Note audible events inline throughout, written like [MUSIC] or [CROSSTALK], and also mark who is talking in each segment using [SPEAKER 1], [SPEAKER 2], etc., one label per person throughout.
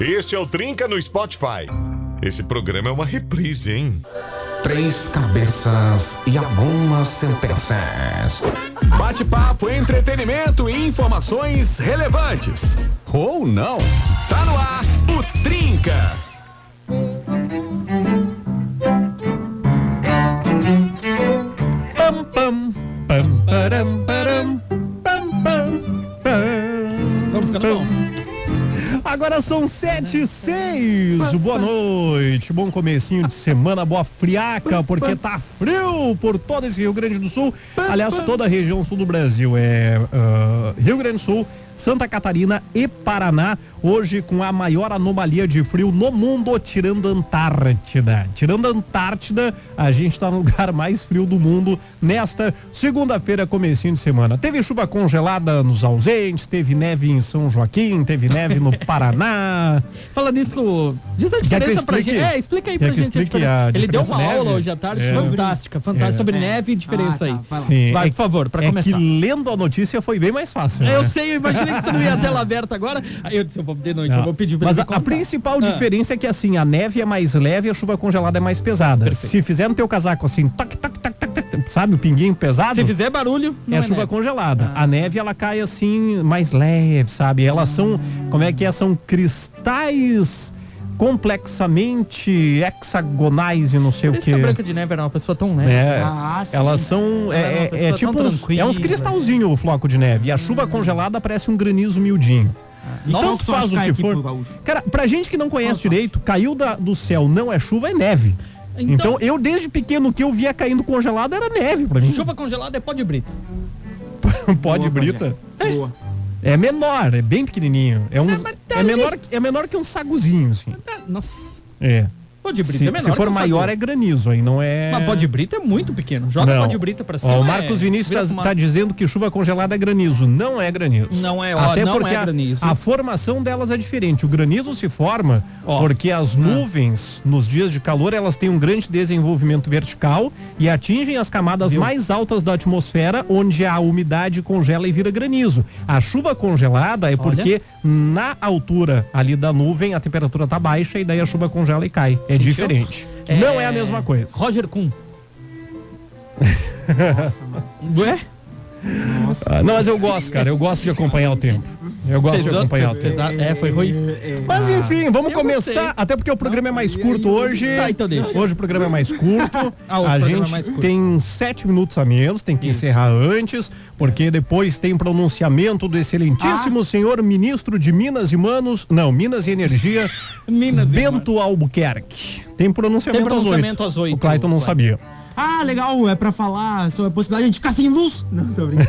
[SPEAKER 1] Este é o Trinca no Spotify. Esse programa é uma reprise, hein?
[SPEAKER 2] Três cabeças e algumas sentenças.
[SPEAKER 3] Bate-papo, entretenimento e informações relevantes. Ou não. Tá no ar o Trinca.
[SPEAKER 4] Pam, pam, pam, param, param, pam, pam, pam.
[SPEAKER 5] Vamos ficando bom.
[SPEAKER 4] Agora são sete e seis. Boa noite, bom comecinho de semana, boa friaca, porque tá frio por todo esse Rio Grande do Sul. Aliás, toda a região sul do Brasil é ah, Rio Grande do Sul, Santa Catarina e Paraná. Hoje com a maior anomalia de frio no mundo, tirando a Antártida. Tirando a Antártida, a gente tá no lugar mais frio do mundo nesta segunda-feira, comecinho de semana. Teve chuva congelada nos ausentes, teve neve em São Joaquim, teve neve
[SPEAKER 5] [LAUGHS]
[SPEAKER 4] no Paraná.
[SPEAKER 5] Fala nisso, diz
[SPEAKER 4] que
[SPEAKER 5] a
[SPEAKER 4] eu
[SPEAKER 5] diferença pra
[SPEAKER 4] explique?
[SPEAKER 5] gente. É, explica aí
[SPEAKER 4] Quer
[SPEAKER 5] pra
[SPEAKER 4] que eu
[SPEAKER 5] gente. a
[SPEAKER 4] explique
[SPEAKER 5] diferença.
[SPEAKER 4] a
[SPEAKER 5] Ele deu
[SPEAKER 4] diferença
[SPEAKER 5] uma
[SPEAKER 4] da neve?
[SPEAKER 5] aula hoje à tarde,
[SPEAKER 4] É.
[SPEAKER 5] fantástica, fantástica,
[SPEAKER 4] É.
[SPEAKER 5] sobre neve e diferença
[SPEAKER 6] Ah,
[SPEAKER 5] aí.
[SPEAKER 6] tá, vai lá.
[SPEAKER 4] Sim,
[SPEAKER 5] Vai,
[SPEAKER 4] é-
[SPEAKER 5] por favor, pra
[SPEAKER 4] é
[SPEAKER 5] começar.
[SPEAKER 4] que lendo a notícia foi bem mais fácil.
[SPEAKER 5] Eu
[SPEAKER 4] né?
[SPEAKER 5] sei, eu imaginei que você não ia a tela aberta agora. Aí eu disse, eu vou de noite,
[SPEAKER 4] Não.
[SPEAKER 5] eu vou pedir pra
[SPEAKER 4] Ah, Mas
[SPEAKER 5] ele
[SPEAKER 4] a,
[SPEAKER 5] me
[SPEAKER 4] a
[SPEAKER 5] contar.
[SPEAKER 4] principal
[SPEAKER 5] Ah.
[SPEAKER 4] diferença é que assim, a neve é mais leve e a chuva congelada é mais pesada.
[SPEAKER 5] Perfeito.
[SPEAKER 4] Se fizer no teu casaco assim, toc, toc, toc, toc, toc, toc, sabe, o pinguinho pesado,
[SPEAKER 5] Se fizer barulho, não
[SPEAKER 4] é
[SPEAKER 5] é,
[SPEAKER 4] chuva
[SPEAKER 5] neve. tá.
[SPEAKER 4] congelada. A neve ela cai assim mais leve, sabe? Elas
[SPEAKER 5] Ah.
[SPEAKER 4] são, como é que é? São cristais complexamente hexagonais e não sei
[SPEAKER 5] Por
[SPEAKER 4] o
[SPEAKER 5] isso
[SPEAKER 4] que.
[SPEAKER 5] que a Branca de Neve era uma pessoa tão leve.
[SPEAKER 4] É.
[SPEAKER 6] Ah, sim.
[SPEAKER 4] Elas são.
[SPEAKER 5] Ela era uma
[SPEAKER 4] É, é,
[SPEAKER 5] pessoa
[SPEAKER 4] é
[SPEAKER 5] tão
[SPEAKER 4] tipo uns, é uns
[SPEAKER 5] tranquila. Ah.
[SPEAKER 4] cristalzinhos o floco de neve. E a chuva congelada parece um granizo miudinho. Então
[SPEAKER 6] Nossa,
[SPEAKER 4] tanto faz o
[SPEAKER 6] cai
[SPEAKER 4] que
[SPEAKER 6] aqui
[SPEAKER 4] for.
[SPEAKER 6] pro gaúcho.
[SPEAKER 4] Cara, pra gente que não conhece direito, caiu da- do céu, não é chuva, é neve. Então,
[SPEAKER 5] Então-
[SPEAKER 4] eu desde pequeno o que eu via caindo congelado era neve pra mim.
[SPEAKER 5] Chuva congelada é pó de brita.
[SPEAKER 4] [LAUGHS] Pó de
[SPEAKER 6] Boa,
[SPEAKER 4] brita.
[SPEAKER 6] Bagé. Boa.
[SPEAKER 4] É menor, é bem pequenininho. É, uns,
[SPEAKER 5] mas tá
[SPEAKER 4] é,
[SPEAKER 5] ali.
[SPEAKER 4] menor, que- é menor que um saguzinho, assim.
[SPEAKER 5] Tá, Nossa,
[SPEAKER 4] É.
[SPEAKER 5] pó de brita
[SPEAKER 4] Se,
[SPEAKER 5] é menor.
[SPEAKER 4] se for maior, é granizo, aí não é.
[SPEAKER 5] Mas pó de brita é muito pequeno. Joga
[SPEAKER 4] Não.
[SPEAKER 5] pó de brita pra cima.
[SPEAKER 4] Ó, o
[SPEAKER 5] é-
[SPEAKER 4] Marcos
[SPEAKER 5] vira
[SPEAKER 4] Vinícius tá,
[SPEAKER 5] fumaça.
[SPEAKER 4] tá dizendo que chuva congelada é granizo. Não é granizo.
[SPEAKER 5] Não é, ó,
[SPEAKER 4] Até
[SPEAKER 5] não
[SPEAKER 4] porque
[SPEAKER 5] é
[SPEAKER 4] a-
[SPEAKER 5] granizo.
[SPEAKER 4] A, formação delas é diferente. O granizo se forma
[SPEAKER 5] Ó. Ah.
[SPEAKER 4] porque as nuvens, nos dias de calor, elas têm um grande desenvolvimento vertical e atingem as camadas
[SPEAKER 5] Viu?
[SPEAKER 4] mais altas da atmosfera, onde a umidade congela e vira granizo. A chuva congelada é porque na altura ali da nuvem a temperatura tá baixa e daí a chuva congela e cai. É diferente. Não é a mesma coisa.
[SPEAKER 5] Roger Kuhn.
[SPEAKER 6] Nossa, mano.
[SPEAKER 5] Ué?
[SPEAKER 6] Nossa.
[SPEAKER 4] Ah, não, mas eu gosto, cara. Eu gosto de acompanhar o tempo. Eu gosto de
[SPEAKER 5] Pesado,
[SPEAKER 4] acompanhar o tempo.
[SPEAKER 5] pesado. É, foi ruim.
[SPEAKER 4] Mas enfim, vamos
[SPEAKER 5] Eu
[SPEAKER 4] começar.
[SPEAKER 5] gostei.
[SPEAKER 4] Até porque o programa é mais curto hoje.
[SPEAKER 5] Tá, então deixa.
[SPEAKER 4] Hoje o programa é mais curto.
[SPEAKER 5] [LAUGHS] Ah, hoje
[SPEAKER 4] a
[SPEAKER 5] o programa
[SPEAKER 4] gente
[SPEAKER 5] é mais curto.
[SPEAKER 4] tem uns sete minutos a menos, tem que encerrar antes, porque depois tem pronunciamento do
[SPEAKER 5] Ah.
[SPEAKER 4] excelentíssimo senhor ministro de Minas e Manos. Não, Minas e Energia.
[SPEAKER 5] [LAUGHS] Minas e
[SPEAKER 4] Bento Albuquerque. Tem pronunciamento,
[SPEAKER 5] Tem pronunciamento
[SPEAKER 4] às
[SPEAKER 5] às
[SPEAKER 4] oito.
[SPEAKER 5] oito,
[SPEAKER 4] O Clayton não
[SPEAKER 5] Clayton.
[SPEAKER 4] sabia.
[SPEAKER 6] Ah, legal. É pra falar sobre a possibilidade de a gente ficar sem luz. [LAUGHS] Não, tô brincando.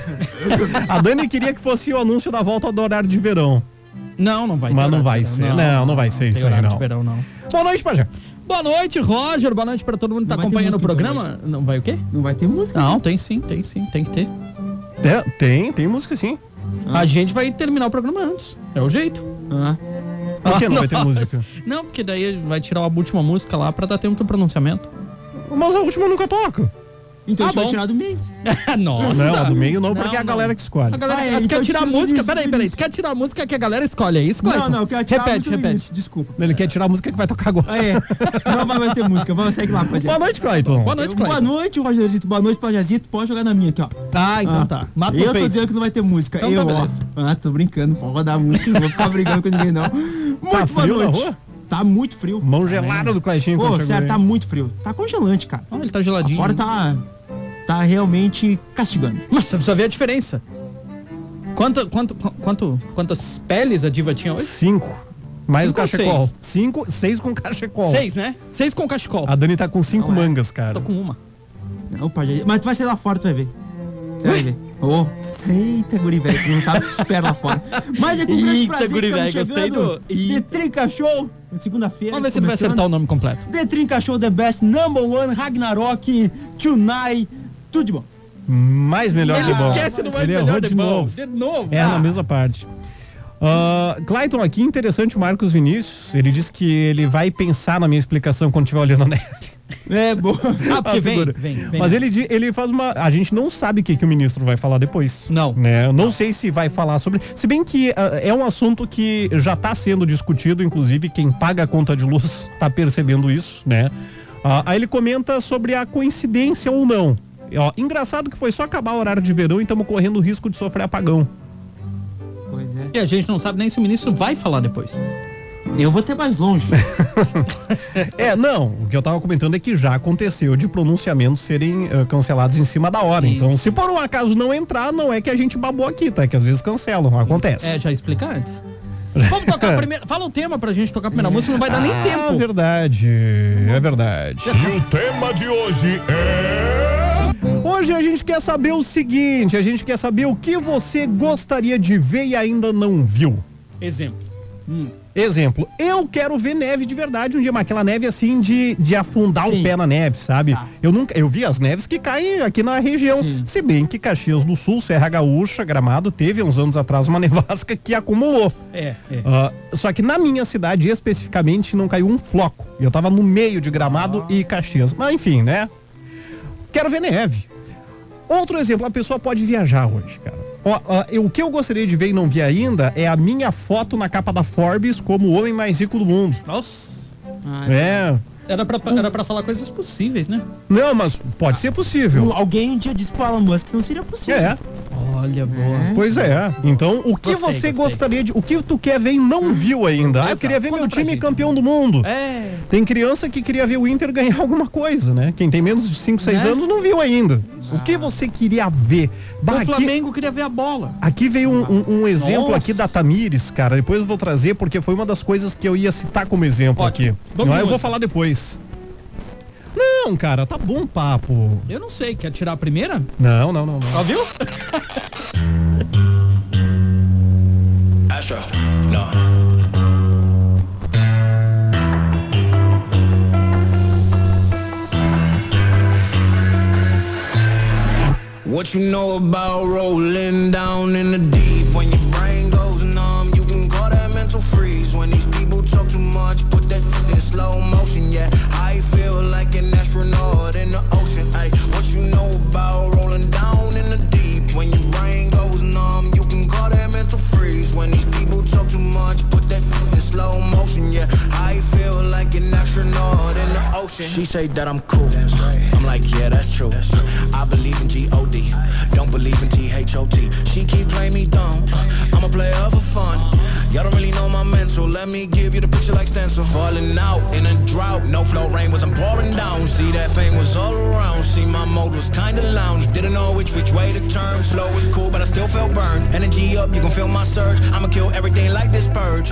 [SPEAKER 4] A Dani queria que fosse o anúncio da volta do horário de verão.
[SPEAKER 5] Não, não vai.
[SPEAKER 4] Mas
[SPEAKER 5] ter
[SPEAKER 4] não
[SPEAKER 5] horário
[SPEAKER 4] vai
[SPEAKER 5] de verão.
[SPEAKER 4] ser. Não, não vai ser
[SPEAKER 5] tem
[SPEAKER 4] isso aí,
[SPEAKER 5] horário de
[SPEAKER 4] não.
[SPEAKER 5] verão, não.
[SPEAKER 4] Boa noite, Pajé.
[SPEAKER 5] Boa noite, Roger. Boa noite pra todo mundo que tá
[SPEAKER 6] Não vai ter
[SPEAKER 5] acompanhando o
[SPEAKER 6] música, então,
[SPEAKER 5] programa. não vai o quê?
[SPEAKER 6] Não vai ter música.
[SPEAKER 5] Não, tem sim, tem sim, tem que ter.
[SPEAKER 4] Tem, É, tem, tem música sim.
[SPEAKER 5] A gente vai terminar o programa antes. É o jeito.
[SPEAKER 6] Ah.
[SPEAKER 4] Por
[SPEAKER 5] [LAUGHS]
[SPEAKER 4] que não vai ter
[SPEAKER 5] Nossa.
[SPEAKER 4] música?
[SPEAKER 5] Não, porque daí vai tirar a última música lá pra dar tempo do pronunciamento. [LAUGHS]
[SPEAKER 4] Mas a última eu nunca toca.
[SPEAKER 6] Então
[SPEAKER 5] Tá
[SPEAKER 6] a gente
[SPEAKER 5] bom.
[SPEAKER 6] vai tirar do meio.
[SPEAKER 5] Nossa.
[SPEAKER 4] Não, a do meio não, porque é a galera que escolhe.
[SPEAKER 5] A galera,
[SPEAKER 6] Ah, é,
[SPEAKER 5] tu
[SPEAKER 6] então
[SPEAKER 5] quer tirar a
[SPEAKER 6] tira
[SPEAKER 5] música?
[SPEAKER 6] isso,
[SPEAKER 5] Peraí,
[SPEAKER 6] tira
[SPEAKER 5] peraí.
[SPEAKER 6] isso.
[SPEAKER 5] Tu quer tirar a música que a galera escolhe, é isso?
[SPEAKER 6] Não,
[SPEAKER 5] Clayton?
[SPEAKER 6] não, eu quero tirar
[SPEAKER 5] Repete,
[SPEAKER 6] muito do
[SPEAKER 5] repete.
[SPEAKER 6] início, Desculpa.
[SPEAKER 4] Ele quer tirar a música que vai tocar agora.
[SPEAKER 6] É, não vai mais ter música. Vamos, segue lá, Pajé.
[SPEAKER 4] Boa noite, Clayton.
[SPEAKER 5] Boa noite,
[SPEAKER 6] Boa
[SPEAKER 5] Clayton.
[SPEAKER 6] noite, Rogerzito. Boa noite, Pajazito. Pode jogar na minha aqui, ó.
[SPEAKER 5] Ah, então
[SPEAKER 6] Ah,
[SPEAKER 5] tá. Mata o
[SPEAKER 6] eu tô
[SPEAKER 5] peito.
[SPEAKER 6] dizendo que não vai ter música.
[SPEAKER 5] Então tá,
[SPEAKER 6] eu, ó.
[SPEAKER 5] beleza.
[SPEAKER 6] Ah, tô brincando. Pode rodar a música. Não vou ficar brigando com ninguém, não. Muito
[SPEAKER 4] Tá
[SPEAKER 6] boa
[SPEAKER 4] frio na
[SPEAKER 6] noite.
[SPEAKER 4] rua?
[SPEAKER 6] Tá muito frio.
[SPEAKER 4] Mão gelada do Claytinho.
[SPEAKER 6] Pô,
[SPEAKER 4] quando chegou
[SPEAKER 6] sério,
[SPEAKER 4] aí.
[SPEAKER 6] tá muito frio. Tá congelante, cara.
[SPEAKER 5] Olha, ele tá geladinho.
[SPEAKER 6] Fora tá. Tá realmente castigando.
[SPEAKER 5] Mas você precisa ver a diferença. Quanto, quanto, quanto, quantas peles a diva tinha hoje?
[SPEAKER 4] Cinco. Mais o
[SPEAKER 5] Cinco ou
[SPEAKER 4] cachecol.
[SPEAKER 5] seis?
[SPEAKER 4] Cinco, seis com cachecol.
[SPEAKER 5] Seis, né? Seis com cachecol.
[SPEAKER 4] A Dani tá com cinco
[SPEAKER 6] Não é.
[SPEAKER 4] mangas, cara.
[SPEAKER 5] Tô com uma.
[SPEAKER 6] Não, Pajazito. Mas tu vai ser lá fora, tu vai ver. Tu vai ver. Ô. Eita, guri velho, tu não sabe o que te espera lá fora. Mas é com grande
[SPEAKER 5] Eita,
[SPEAKER 6] prazer
[SPEAKER 5] guri
[SPEAKER 6] que estamos
[SPEAKER 5] velho, gostei
[SPEAKER 6] chegando.
[SPEAKER 5] do-
[SPEAKER 6] The Trinca Show, segunda-feira.
[SPEAKER 5] Vamos ver se ele vai
[SPEAKER 6] começando.
[SPEAKER 5] acertar o nome completo.
[SPEAKER 6] The Trinca Show The Best, Number One, Ragnarok, Tunai, tudo de bom.
[SPEAKER 4] Mais melhor
[SPEAKER 5] Ele
[SPEAKER 4] que bom.
[SPEAKER 5] esquece do mais
[SPEAKER 4] Ele
[SPEAKER 5] melhor
[SPEAKER 4] errou de
[SPEAKER 5] bom.
[SPEAKER 4] novo.
[SPEAKER 5] De novo.
[SPEAKER 4] É,
[SPEAKER 5] Ah,
[SPEAKER 4] na mesma parte. Ah, Clayton, aqui interessante o Marcos Vinícius. Ele disse que ele vai pensar na minha explicação quando tiver olhando a net.
[SPEAKER 6] É, boa.
[SPEAKER 4] [LAUGHS]
[SPEAKER 5] Ah, porque
[SPEAKER 4] A
[SPEAKER 5] vem,
[SPEAKER 4] figura.
[SPEAKER 5] vem, vem.
[SPEAKER 4] Mas ele, di- ele faz uma. A gente não sabe o que, que o ministro vai falar depois.
[SPEAKER 5] Não.
[SPEAKER 4] Né? Eu não, sei se vai falar sobre. Se bem que ah, é um assunto que já está sendo discutido, inclusive quem paga a conta de luz [LAUGHS] está percebendo isso, né? Ah, aí ele comenta sobre a coincidência ou não. E, ó, engraçado que foi só acabar o horário de verão e estamos correndo o risco de sofrer apagão.
[SPEAKER 6] Pois é.
[SPEAKER 5] E a gente não sabe nem se o ministro vai falar depois.
[SPEAKER 6] Eu vou até mais longe. [LAUGHS]
[SPEAKER 4] É, não. O que eu tava comentando é que já aconteceu de pronunciamentos serem eh, cancelados em cima da hora. Então, se por um acaso não entrar, não é que a gente babou aqui, tá? É que às vezes cancelam, acontece.
[SPEAKER 5] É, já explica antes. Vamos tocar a primeira. Fala o tema pra gente tocar a primeira música, não vai dar nem
[SPEAKER 4] É
[SPEAKER 5] tempo.
[SPEAKER 4] verdade, é verdade.
[SPEAKER 1] E o tema de hoje é.
[SPEAKER 4] Hoje a gente quer saber o seguinte, a gente quer saber o que você gostaria de ver e ainda não viu.
[SPEAKER 5] Exemplo.
[SPEAKER 4] Exemplo, eu quero ver neve de verdade um dia, mas aquela neve assim de, de afundar o
[SPEAKER 6] Sim.
[SPEAKER 4] pé na neve, sabe?
[SPEAKER 6] Tá.
[SPEAKER 4] Eu nunca, eu vi as neves que caem aqui na região.
[SPEAKER 6] Sim.
[SPEAKER 4] Se bem que Caxias do Sul, Serra Gaúcha, Gramado, teve uns anos atrás uma [LAUGHS] nevasca que acumulou.
[SPEAKER 5] É, é.
[SPEAKER 4] Ah, só que na minha cidade especificamente não caiu um floco. E Eu tava no meio de Gramado e Caxias. Mas enfim, né? Quero ver neve. Outro exemplo, a pessoa pode viajar hoje, cara. Ó, ó, eu- o que eu gostaria de ver e não vi ainda é a minha foto na capa da Forbes como o homem mais rico do mundo.
[SPEAKER 5] Nossa.
[SPEAKER 6] Ah,
[SPEAKER 4] É.
[SPEAKER 5] Era pra, era pra falar coisas possíveis, né?
[SPEAKER 4] Não, mas pode ser possível.
[SPEAKER 6] Alguém um dia disse pro Elon Musk que não seria possível.
[SPEAKER 4] É,
[SPEAKER 5] Olha, boa.
[SPEAKER 4] pois é. Então, o que você
[SPEAKER 5] Gostei, gostei.
[SPEAKER 4] gostaria de. O que tu quer ver e não viu ainda? Ah, eu
[SPEAKER 5] Exato.
[SPEAKER 4] queria ver
[SPEAKER 5] Conta
[SPEAKER 4] meu
[SPEAKER 5] pra
[SPEAKER 4] time
[SPEAKER 5] gente.
[SPEAKER 4] campeão do mundo.
[SPEAKER 5] É,
[SPEAKER 4] Tem criança que queria ver o Inter ganhar alguma coisa, né? Quem tem menos de 5, 6
[SPEAKER 5] Né?
[SPEAKER 4] anos não viu ainda. O que você queria ver? Bah,
[SPEAKER 5] o
[SPEAKER 4] aqui,
[SPEAKER 5] Flamengo queria ver a bola.
[SPEAKER 4] aqui veio um, um- um exemplo
[SPEAKER 5] Nossa.
[SPEAKER 4] aqui da Tamires, cara. Depois eu vou trazer, porque foi uma das coisas que eu ia citar como exemplo
[SPEAKER 5] Ótimo.
[SPEAKER 4] aqui.
[SPEAKER 5] Vamos
[SPEAKER 4] Não,
[SPEAKER 5] de
[SPEAKER 4] eu vou
[SPEAKER 5] música.
[SPEAKER 4] falar depois. Não, cara, tá bom o papo.
[SPEAKER 5] Eu não sei, quer tirar a primeira?
[SPEAKER 4] Não, não, não, não.
[SPEAKER 5] Ó, viu?
[SPEAKER 7] Astro. No. What you know about rolling down in the deep? When your brain goes numb, you can call that mental freeze. When these people talk too much, put that in slow motion. Yeah, I feel like an astronaut in the ocean. Ay, what you know about rolling down in the deep? When your brain goes numb, you can call that mental freeze. When these people talk too much, put that in slow motion. Yeah, I feel like an astronaut in the ocean. She say that I'm cool. I'm like, yeah, that's true. I believe in G-O-D. Don't believe in T-H-O-T. She keep playing me dumb. I'm a player for fun. Y'all don't really know my mental. Let me give you the picture like stencil. Falling out in a drought. No flow rain was I'm pouring down. See that pain was all around. See my mode was kinda lounge. Didn't know which which way to turn. Slow was cool, but I still felt burned. Energy up, you can feel my surge. I'ma kill everything like this purge.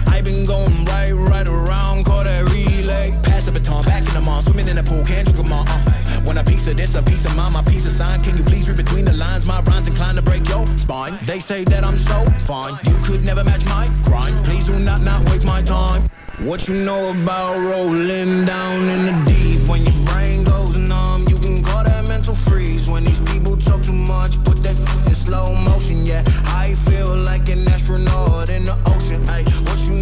[SPEAKER 7] I've been going right, right around, call that relay. Pass the baton, back in the mall, swimming in the pool, can't you come on? Uh, want a piece of this, a piece of mine, my piece of sign. Can you please read between the lines? My rhymes inclined to break your spine. They say that I'm so fine, you could never match my grind. Please do not not waste my time. What you know about rolling down in the deep when your brain goes numb? You can call that mental freeze when these people talk too much. Put that in slow motion, yeah. I feel like an astronaut in the ocean. Ay, what you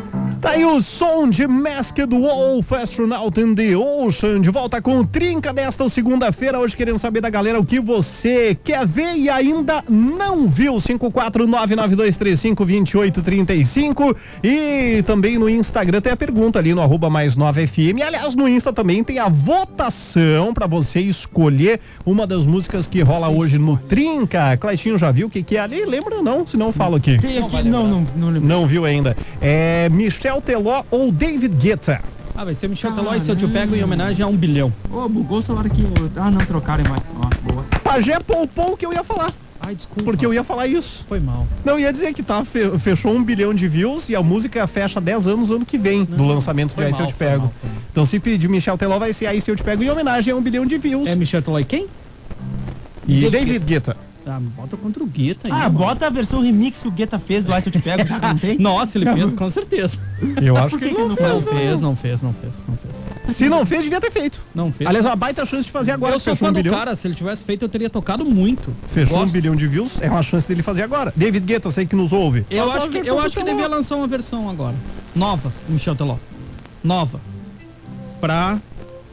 [SPEAKER 4] Tá aí o som de Masked Wolf, Astronaut in the Ocean, de volta com o Trinca desta segunda-feira. Hoje querendo saber da galera o que você quer ver e ainda não viu. 54992352835 e também no Instagram tem a pergunta ali no arroba mais 9FM. Aliás, no Insta também tem a votação pra você escolher uma das músicas que rola hoje no Trinca. Claitinho já viu o que que é ali? Lembra não? Se não, falo aqui.
[SPEAKER 6] Tem aqui. Não, não, não lembro.
[SPEAKER 4] Não viu ainda. É Michel Teló ou David Guetta?
[SPEAKER 5] Ah, vai ser Michel Teló e se eu te pego em homenagem a um bilhão.
[SPEAKER 6] Ô, bugou o celular aqui. ô. Ah, não, trocaram mais. Ó, boa.
[SPEAKER 4] Pajé poupou o que eu ia falar.
[SPEAKER 5] Ai, desculpa.
[SPEAKER 4] Porque eu ia falar isso.
[SPEAKER 5] Foi mal.
[SPEAKER 4] Não, ia dizer que tá, fe- fechou um bilhão de views e a música fecha 10 anos ano que vem do lançamento de
[SPEAKER 5] foi
[SPEAKER 4] Aí Se Eu
[SPEAKER 5] mal,
[SPEAKER 4] Te
[SPEAKER 5] foi
[SPEAKER 4] Pego.
[SPEAKER 5] mal, foi mal.
[SPEAKER 4] Então se pedir Michel Teló vai ser Aí Se Eu Te Pego em homenagem a um bilhão de views.
[SPEAKER 5] É Michel Toloi quem?
[SPEAKER 4] e David Guetta.
[SPEAKER 5] Ah, bota contra o Guetta aí.
[SPEAKER 6] Ah,
[SPEAKER 5] mano.
[SPEAKER 6] bota a versão remix que o Guetta fez do Ice Eu Te Pego, já contei?
[SPEAKER 5] Nossa, ele fez, com certeza. [LAUGHS]
[SPEAKER 4] Eu acho
[SPEAKER 6] que
[SPEAKER 4] que,
[SPEAKER 6] que
[SPEAKER 4] não
[SPEAKER 6] não
[SPEAKER 4] fez.
[SPEAKER 5] Não
[SPEAKER 6] Mas
[SPEAKER 5] fez, não fez, não fez, não fez.
[SPEAKER 4] Se não fez, devia ter feito.
[SPEAKER 5] Não fez.
[SPEAKER 4] Aliás, é uma baita chance de fazer agora.
[SPEAKER 5] eu
[SPEAKER 4] que
[SPEAKER 5] sou
[SPEAKER 4] fechou
[SPEAKER 5] fã
[SPEAKER 4] um
[SPEAKER 5] do
[SPEAKER 4] bilhão.
[SPEAKER 5] cara, se ele tivesse feito, eu teria tocado muito.
[SPEAKER 4] Fechou um
[SPEAKER 5] Gosto.
[SPEAKER 4] bilhão de views, é uma chance dele fazer agora. David Guetta, sei que nos ouve.
[SPEAKER 5] Eu
[SPEAKER 4] Faz
[SPEAKER 5] acho
[SPEAKER 4] uma
[SPEAKER 5] que,
[SPEAKER 4] versão
[SPEAKER 5] eu
[SPEAKER 4] do
[SPEAKER 5] acho que
[SPEAKER 4] Teló.
[SPEAKER 5] devia lançar uma versão agora. Nova, do Michel Teló. Nova. Pra.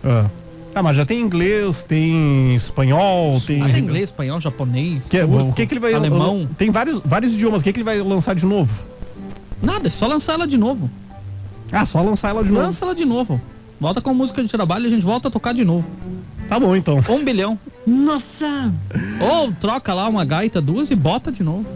[SPEAKER 4] Ah. Ah, mas já tem inglês, tem espanhol, tem.
[SPEAKER 5] Ah, tem inglês, espanhol, japonês.
[SPEAKER 4] Que-
[SPEAKER 5] turco,
[SPEAKER 4] o que, que ele vai.
[SPEAKER 5] Alemão.
[SPEAKER 4] Tem vários, vários idiomas. O que, que ele vai lançar de novo?
[SPEAKER 5] Nada, é só lançar ela de novo.
[SPEAKER 4] Ah, só lançar ela de novo.
[SPEAKER 5] Lança ela de novo. Volta com música de trabalho e a gente volta a tocar de novo.
[SPEAKER 4] Tá bom, então.
[SPEAKER 5] Um bilhão.
[SPEAKER 6] Nossa!
[SPEAKER 5] Ou troca lá uma gaita, duas e bota
[SPEAKER 4] [LAUGHS]
[SPEAKER 5] de novo.